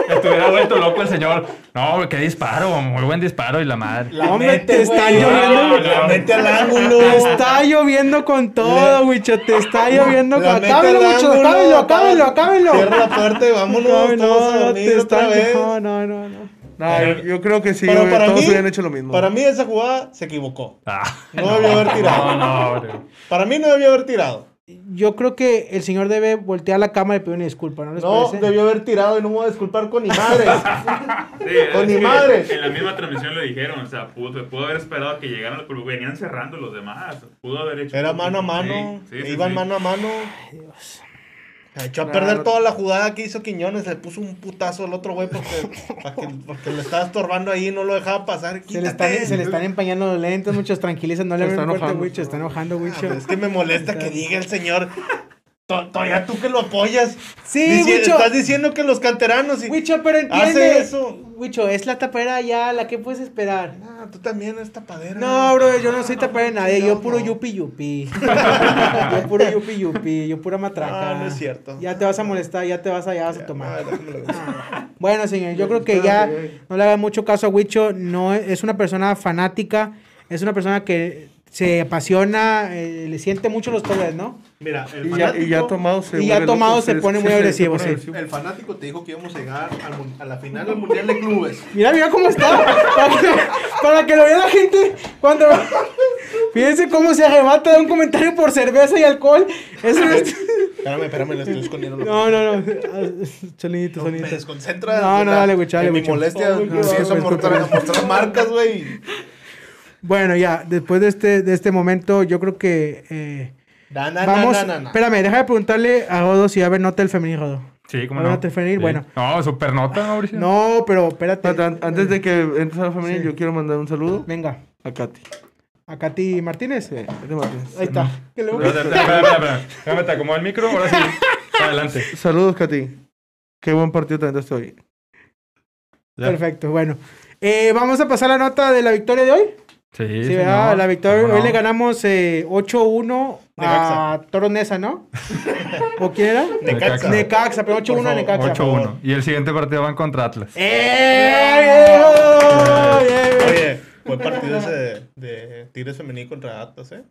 estu- estuviera vuelto loco el señor. No, hombre, qué disparo, muy buen disparo y la madre. La Hombre, mete, te güey. está lloviendo. La mete al ángulo. te está lloviendo con todo, Wicho. Te está lloviendo con La mete Acábenlo, al Wicho. ángulo, Acábenlo, acábalo. acábenelo, acábenlo. Cierra la puerta y vámonos Acábenlo, todos a no, dormir te otra está vez. No, no, no, no. No, yo, yo creo que sí, Pero güey, para todos mí, hubieran hecho lo mismo. para mí esa jugada se equivocó. Ah, No debió haber tirado. no, no, hombre. Para mí no debió haber tirado. Yo creo que el señor debe voltear la cámara y pedir una disculpa, ¿no les No, parece? debió haber tirado y no me voy a disculpar con ni madres. Sí, es Con que mi madre. En la misma transmisión le dijeron, o sea, pudo, pudo haber esperado que llegaran, los- porque venían cerrando los demás. Pudo haber hecho. Era mano a mano. Sí, sí, sí, iban sí. mano a mano. Se Echó a perder toda la jugada que hizo Quiñones. Le puso un putazo al otro güey porque, para que- porque le estaba estorbando ahí y no lo dejaba pasar. Se le, están, Quítate. se le están empañando los lentes, muchos tranquilizan, no le Se está abren puerta, enojando, Wicho, está enojando, pues, Ah, Wicho. pero Es que me molesta que diga el señor. to- Todavía tú que lo apoyas. Sí, Dici- Wicho. Estás diciendo que los canteranos. Y... Wicho, pero entiende. Hace eso. Wicho, es la tapera ya, la que puedes esperar. Ah, tú también eres tapadera. No, bro, yo no soy tapera de nadie, yo No, puro no. yupi yupi. yo puro yupi yupi, yo pura matraca. No, no es cierto. Ya te vas a molestar, ya te vas a, ya vas a tomar. Ah, déjamelo ver. Bueno, señor, yo creo que ya no le hagan mucho caso a Huicho. No, es es una persona fanática, es una persona que se apasiona, eh, le siente mucho los colores, ¿no? Mira, el y, ya, y ya tomado se Y ya vuelve tomado se sí, pone muy sí, agresivo, se pone sí. El fanático te dijo que íbamos a llegar al mun- a la final del Mundial de Clubes. Mira, mira cómo está. Para que, para que lo vea la gente cuando... Fíjense cómo se arrebata de un comentario por cerveza y alcohol. Eso no es... Espérame, espérame, le estoy escondiendo. la- No, no, no. Solito, No, me solito. desconcentra. No, de no, la- dale, güey, dale, de Mi güey. molestia. Oh, güey, si eso no, mostrar, mostrar marcas, güey. Bueno, ya, después de este, de este momento, yo creo que. eh, Na, na, na, vamos. na, na, na. Espérame, deja de preguntarle a Rodo si va a haber nota el femenil, Rodo. Sí, como Ahora no. te femenil, Sí. bueno. No, super nota, Mauricio. No, pero espérate. Eh, Espérate, an- Antes de que entres a la femenil, Sí. yo quiero mandar un saludo Venga, a Katy. a Katy Martínez. Sí, Katy Martínez. Ahí está. Que le- Espérate, espérate, espérate, espérate. Déjame te acomodo el micro, ahora sí. Adelante. Saludos, Katy. Qué buen partido te aventaste hoy. Ya. Perfecto, bueno. Eh, vamos a pasar la nota de la victoria de hoy. Sí, Sí, señor. ¿verdad? La victoria. ¿Cómo Hoy no? le ganamos eh, 8-1 a Toros Neza, ¿no? ¿O quién era? Necaxa. Necaxa, pero 8-1 a Por Necaxa. 8-1. Y el siguiente partido van contra Atlas. ¡Eh! Bien, bien, bien. Oye, fue partido ese de, de Tigres Femení contra Atlas, ¿eh?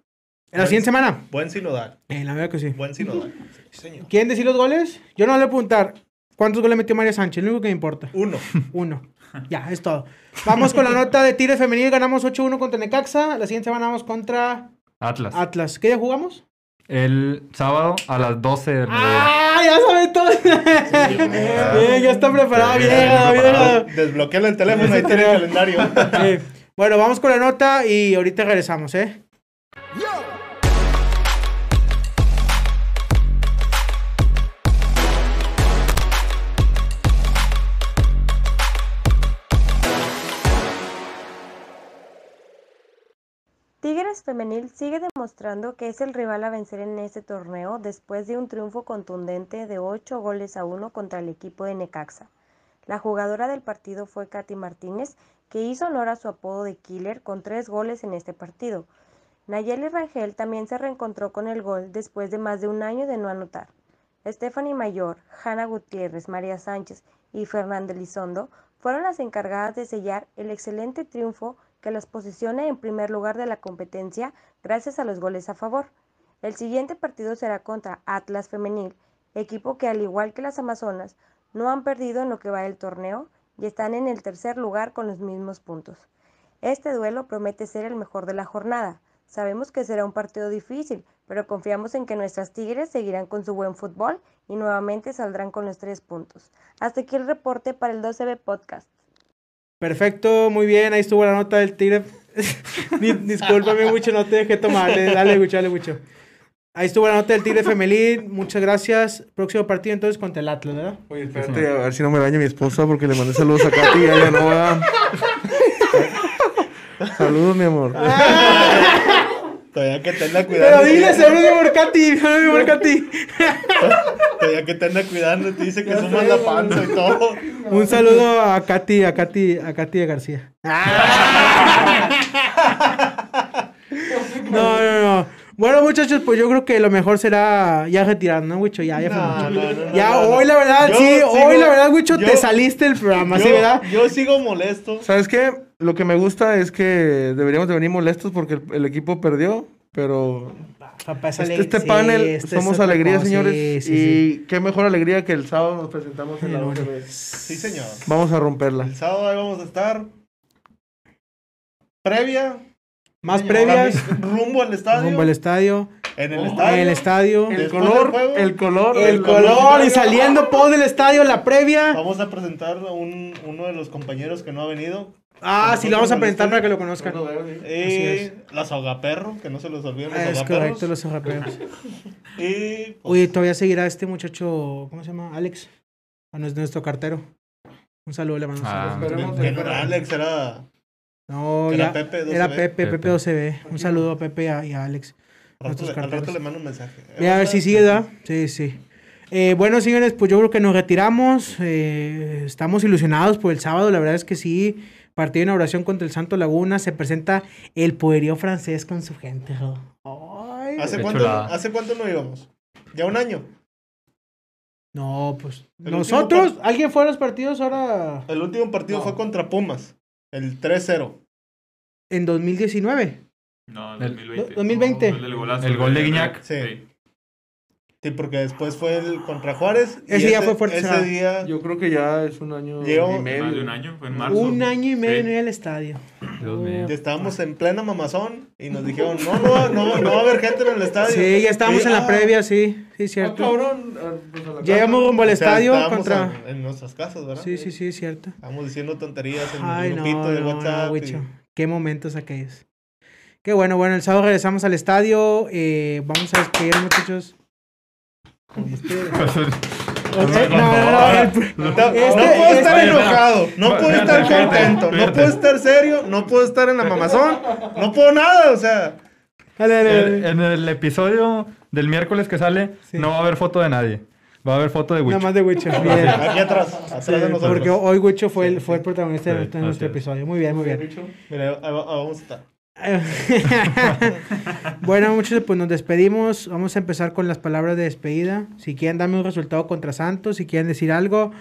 En la siguiente semana. Buen sinodal. Eh, la verdad que sí. Buen sinodal. Sí, señor. ¿Quieren decir los goles? Yo no le voy a apuntar. ¿Cuántos goles metió María Sánchez? Lo único que me importa. Uno. Uno. Ya, es todo. Vamos con la nota de tiro femenil. Ganamos 8-1 contra Necaxa. La siguiente semana vamos contra Atlas. Atlas. ¿Qué día jugamos? El sábado a las 12 del mediodía. ¡Ah! Ya saben todo. bien, ya está preparado. Bien, bien. Desbloquea el teléfono ahí tiene el calendario. Eh, bueno, vamos con la nota y ahorita regresamos, ¿eh? Tigres Femenil sigue demostrando que es el rival a vencer en este torneo después de un triunfo contundente de 8 goles a 1 contra el equipo de Necaxa. La jugadora del partido fue Katy Martínez, que hizo honor a su apodo de Killer con 3 goles en este partido. Nayeli Rangel también se reencontró con el gol después de más de un año de no anotar. Stephanie Mayor, Hanna Gutiérrez, María Sánchez y Fernanda Elizondo fueron las encargadas de sellar el excelente triunfo que las posiciona en primer lugar de la competencia gracias a los goles a favor. El siguiente partido será contra Atlas Femenil, equipo que al igual que las Amazonas no han perdido en lo que va del torneo y están en el tercer lugar con los mismos puntos. Este duelo promete ser el mejor de la jornada. Sabemos que será un partido difícil, pero confiamos en que nuestras Tigres seguirán con su buen fútbol y nuevamente saldrán con los tres puntos. Hasta aquí el reporte para el 12B Podcast. Perfecto, muy bien. Ahí estuvo la nota del tigre. Di- Discúlpame mucho, no te dejé tomarle. Dale, mucho, dale, mucho. Ahí estuvo la nota del tigre femenil. Muchas gracias. Próximo partido entonces contra el Atlas, ¿verdad? Oye, espérate, a ver si no me daña mi esposa porque le mandé saludos a Katy y ella no va. Saludos, mi amor. Todavía que te anda cuidando. Pero dile, saludos mi amor Katy, saludos mi amor Katy. ¿eh? Todavía que te anda cuidando, te dice que sumas la panza y todo. Un saludo a Katy, a Katy, a Katy de García. No, no, no. Bueno, muchachos, pues yo creo que lo mejor será ya retirar, ¿no, Wicho? Ya, ya fue No, mucho. no, no, no, Ya, no, no. hoy la verdad, Yo sí, hoy sigo- la verdad, Wicho, yo- te saliste del programa, yo, ¿sí, verdad? yo sigo molesto. ¿Sabes qué? Lo que me gusta es que deberíamos de venir molestos porque el, el equipo perdió, pero Papá, es este, alegre- este sí, panel este es somos otra alegría, cosa, señores. sí, sí, sí. y qué mejor alegría que el sábado nos presentamos en la UCB. Sí, señor. Vamos a romperla. El sábado ahí vamos a estar. Previa. Más señor, ahora previas, mismo, Rumbo al estadio. rumbo al estadio, En el en estadio. el estadio, El Después del color, juego, el color, el color y saliendo por del estadio, la previa. Vamos a presentar a un, uno de los compañeros que no ha venido. Ah, sí, lo vamos a presentar para que lo conozcan. color. Y las ahogaperros, que no se los olviden los Ah, Es ahogaperros. correcto, los raperos. Y pues, Oye, todavía seguirá este muchacho, ¿cómo se llama? Alex. Ah, no, es nuestro cartero. Un saludo, le mando un Ah, saludo. que no era Alex era No, era ya, Pepe, 12B. era Pepe, Pepe Pepe. 2B. Un saludo a Pepe y a, y a Alex. al rato, Nuestros le- al carteros. rato le mando un mensaje. Ve a ver si sigue, ¿verdad? Sí, sí. Eh, bueno, señores, pues yo creo que nos retiramos. eh, estamos ilusionados por el sábado, la verdad es que sí. Partido de inauguración contra el Santo Laguna. Se presenta el poderío francés con su gente. ¿no? Ay, ¿Hace Qué cuánto, chulada. ¿Hace cuánto no íbamos? ¿Ya un año? no, pues. último Nosotros, ¿alguien fue a los partidos ahora El último partido No. fue contra Pumas, el 3-0. en 2019? No, El- 2020. 2020. El, del golazo El gol de Guiñac. Sí. Sí, porque después fue el contra Juárez. y Ese día fue fuerte, Ese Sara. día, Yo creo que ya es un año Llevo- y medio. Más de un año, fue en marzo. Un año y medio Sí. no iba al estadio. Dios Oh. mío. ya estábamos en plena mamazón y nos dijeron, no, no, no, no va a haber gente en el estadio. Sí, ya estábamos Y, en la ah, previa, sí, sí, Ah, cierto. cabrón. ah, pues a la Llegamos rumbo al o sea, estadio estábamos contra... En, en nuestras casas, ¿verdad? Sí, sí, sí, cierto. Estábamos diciendo tonterías en Ay, el no, grupito de no, WhatsApp. no, y- Wicho. Qué momentos aquellos. Qué bueno, bueno, el sábado regresamos al estadio. eh, vamos a despedir, muchachos. Pues, No, no, no, el pr- No, no Este- puedo este- estar espera. enojado, no puedo Espérate, estar espérate, contento, no espérate. puedo estar serio, no puedo estar en la mamazón, no puedo nada, o sea. dale, dale, dale. En, en el episodio del miércoles que sale, Sí. no va a haber foto de nadie. Va a haber foto de Wicho. Nada más de Wicho. Bien. Aquí atrás, atrás de nosotros. Porque hoy Wicho fue el, fue el protagonista de Sí, nuestro- de así nuestro es. episodio. Muy bien, muy bien. Mira, ahí va- ahí vamos a estar. bueno, muchachos, pues nos despedimos. Vamos a empezar con las palabras de despedida. Si quieren, dame un resultado contra Santos. Si quieren decir algo,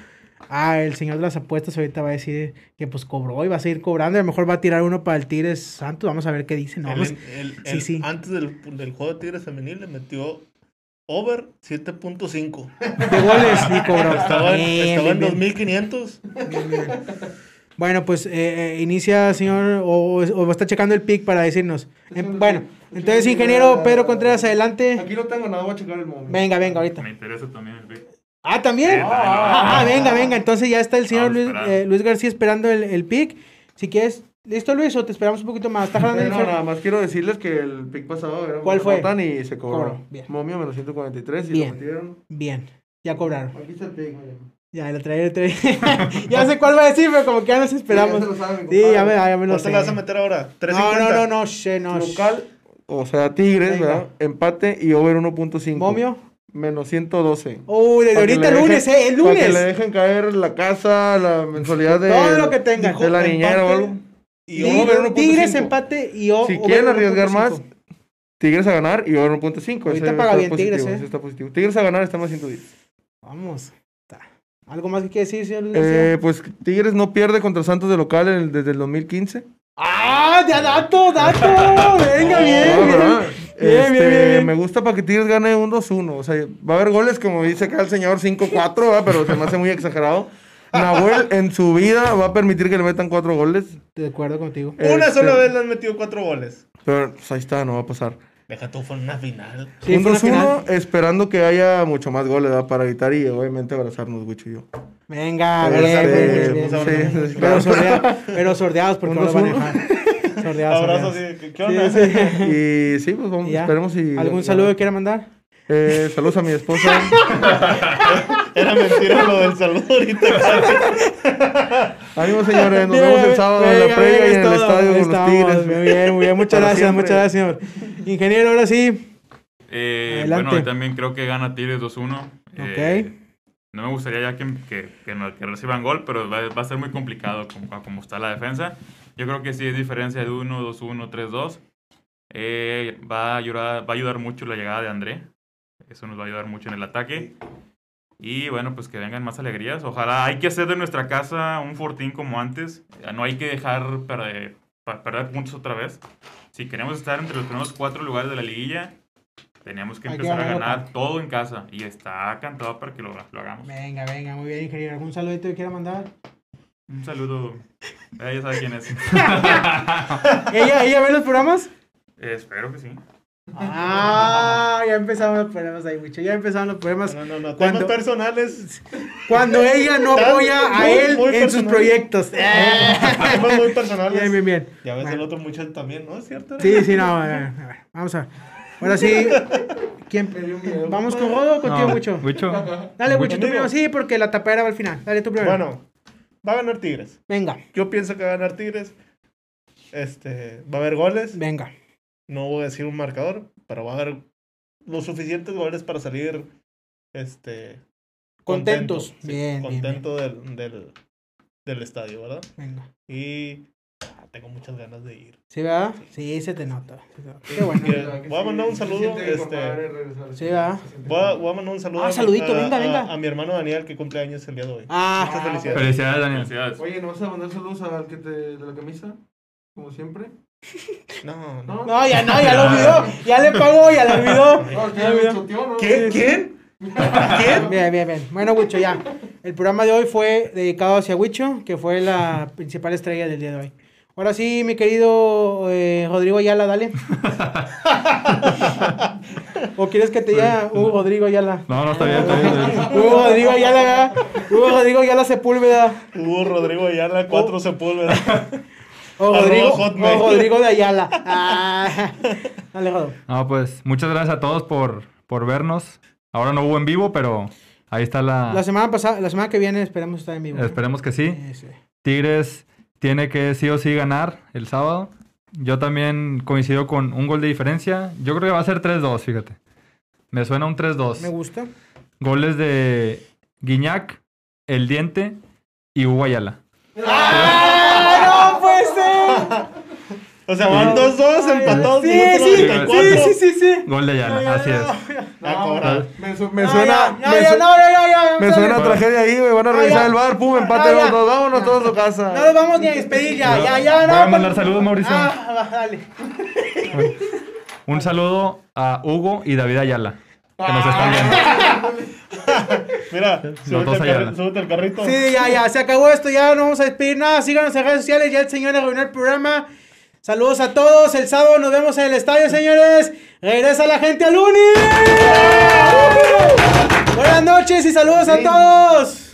Ah, el señor de las apuestas ahorita va a decir que pues cobró y va a seguir cobrando. A lo mejor va a tirar uno para el Tigres Santos. Vamos a ver qué dice. No, pues, El- vamos- el- sí, el- sí. Antes del, del juego de Tigres Femenil le metió over 7.5. de goles y cobró. Estaba, en- Bien, estaba bien, bien. en 2500. Bueno, pues eh, eh, inicia, señor, o, o- o está checando el pick para decirnos. Eh, bueno, entonces, ingeniero Pedro Contreras, adelante. Aquí no tengo nada, voy a checar el móvil. Venga, venga, ahorita. Me interesa también el pick. Ah, también. Sí, también. Ah, venga, venga. Entonces ya está el señor Vamos Luis, esperando. eh, Luis García esperando el, el pick. Si quieres, ¿listo Luis o te esperamos un poquito más? ¿Está jalando Eh, el no, fer- nada más quiero decirles que el pick pasado era un ¿Cuál fue? Manhattan y se cobró. Cobró, bien. Momio menos 143 y Bien. lo metieron. Bien, ya cobraron. Aquí está el pick, mira. Ya, lo traí, lo traí. ya sé cuál va a decir, pero como que ya nos esperamos. Sí, ya se lo sabe, mi Sí, ya me, compadre. ya me lo ¿Cuánto sé. le vas a meter ahora? No, 350. no, no, no, she, no. she. Local, o sea, Tigres, Venga. ¿verdad? Empate y over 1.5. Momio. Menos 112. Uy, desde Pa' que ahorita le el lunes, dejen- eh, el pa' que le lunes. dejen caer la casa, la mensualidad de. Todo lo que tengan. De la Empate. niñera o algo. Y Tigres. over. Tigres 1.5. empate y o Si over quieren arriesgar 1.5. más, Tigres a ganar y over 1.5. Ahorita Ese paga está bien positivo, Tigres, ¿eh? ese está positivo. Tigres a ganar está más 110. Vamos. Ta. ¿Algo más que quiere decir, señor Luis? García? Eh, pues Tigres no pierde contra Santos de local en- desde el 2015. ¡Ah! ¡Ya dato, dato! Venga, bien, Ah, bien. ¿verdad? Bien, bien, Este, bien, bien. Me gusta para que Tigres gane un 2-1. O sea, va a haber goles, como dice acá el señor, 5-4, ¿verdad? pero se me hace muy exagerado. Nahuel en su vida va a permitir que le metan 4 goles. De acuerdo contigo. Una Este, sola vez le han metido cuatro goles. Pero pues, ahí está, no va a pasar. Deja tú, fue una final. Sí, un fue una final. 2-1, esperando que haya mucho más goles ¿verdad? para evitar y obviamente abrazarnos, Wicho y yo. Venga, pues, Este, bien, bien, bien, sí, bien, bien. sí, Pero, claro. sordea- pero sordeados, porque no lo van a Un dos dejar. Sordeados. Abrazo, sordeados. sí. ¿Qué- ¿Qué onda? Sí, sí. Y sí, pues vamos, Y ya. esperemos si. ¿Algún saludo que quiera mandar? Eh, saludos a mi esposa. Era mentira lo del saludo ahorita. Ánimo, señores. Nos Bien, vemos el bien, sábado en venga, la previa y bien, en el es todo, estadio ahí con los estamos, Muy Tigres. bien, muy bien. Muchas Para gracias, siempre. muchas gracias, señor. Ingeniero, ahora sí. Eh, Adelante. bueno, yo también creo que gana Tigres 2-1. Eh, no me gustaría ya que, que, que no- que reciban gol, pero va, va a ser muy complicado como, como está la defensa. Yo creo que sí es diferencia de 1, 2-1, 3-2. Eh, va, a ayudar, va a ayudar mucho la llegada de André. Eso nos va a ayudar mucho en el ataque. Y bueno, pues que vengan más alegrías. Ojalá hay que hacer de nuestra casa un fortín como antes. Ya No hay que dejar perder, pa- perder puntos otra vez. Si queremos estar entre los primeros cuatro lugares de la liguilla, tenemos que Hay que empezar a ganarlo, ganar todo en casa. Y está cantado para que lo, lo hagamos. Venga, venga, muy bien, ingeniero. ¿Algún saludito que quiera mandar? Un saludo. Ella ya sabe quién es. ¿Ella, ella ve los programas? Espero que sí. Ah, ya empezaron los problemas ahí, mucho. Ya empezaron los problemas. No, no, no. Temas Cuando- personales. Cuando ella no Tan- apoya a muy- él muy en sus personal. Ah, proyectos. Eh. Temas muy personales. Bien, bien, bien. Ya ves, el Bueno. otro muchacho también, ¿no? ¿Es cierto? Sí, sí, no. a ver, a ver, Vamos a ver. Ahora sí. ¿Quién? ¿Vamos con Rodo o contigo, No, mucho? Wicho. Dale, mucho, tú Conmigo. primero. Sí, porque la tapera va al final. Dale, tú primero. Bueno, va a ganar Tigres. Venga, Yo pienso que va a ganar Tigres. Este, va a haber goles. venga. No voy a decir un marcador, pero va a haber los suficientes goles para salir este contento, Contentos. sí, Bien, bien, contento Del, del, del estadio, ¿verdad? Venga. Y ah, tengo muchas ganas de ir. ¿Sí, verdad? Sí, se te nota. Sí, se nota. Qué bueno. Que- voy a mandar un saludo. Este, Sí, ¿verdad? voy, a, voy a mandar un saludo Ah, a- saludito, a- venga, a- venga. a mi hermano Daniel que cumple años el día de hoy. Muchas Ah, felicidades. Felicidades, Daniel. Felicidades. Oye, ¿no vas a mandar saludos al que te, de la camisa? Como siempre. No, no. No, no, ya no, ya lo olvidó. Ya le pagó, ya lo olvidó. No, que ya me choteó, ¿no? ¿Quién? pues, ¿Quién? Bien, bien, bien. Bueno, Huicho, ya. El programa de hoy fue dedicado hacia Huicho, que fue la principal estrella del día de hoy. Ahora sí, mi querido eh, Rodrigo Ayala, dale. ¿O quieres que te diga Hugo Rodrigo Ayala? No, no, está bien, está bien. está bien. Hugo Rodrigo Ayala, ¿verdad? Hugo Rodrigo Ayala Sepúlveda. Hugo Rodrigo Oh. Ayala, cuatro Sepúlveda. O Arroba Rodrigo, Hotmail. o Rodrigo de Ayala. Ah, dale, Rodo. No, pues muchas gracias a todos por, por vernos. Ahora no hubo en vivo, pero ahí está la... La semana pasada, la semana que viene esperamos estar en vivo. ¿no? Esperemos que sí. Eh, sí. Tigres tiene que sí o sí ganar el sábado. Yo también coincido con un gol de diferencia. Yo creo que va a ser 3-2, fíjate. Me suena un Me 3-2. gusta. Goles de Guiñac, El Diente y Hugo Ayala. ¡Ah, no puede ser! O sea, van 2-2, empató. Sí, sí, sí, sí, sí, sí. Gol de No, Ayala, ya, así no. es. a cobrar. Me, su- me suena. ya, me ya, su- no, ya, ya, ya, Me ya, suena ya. tragedia ahí, güey. Van a revisar ya. el bar, pum, No, empate ya. los dos. Vámonos todos a su No nos casa. vamos ni a despedir ya, ya, Voy ya, no. a pues- mandar saludos, Mauricio. Ah, va, dale. Un saludo a Hugo y David Ayala, que nos Ah. están viendo. Mira, súbete dos el, allá. carri- súbete el carrito. Sí, ya, ya, se acabó esto, ya no vamos a despedir nada. Síganos en redes sociales, ya el señor arruinó el programa. Saludos a todos, el sábado nos vemos en el estadio, señores. Regresa la gente al Uni. Buenas noches y saludos a todos.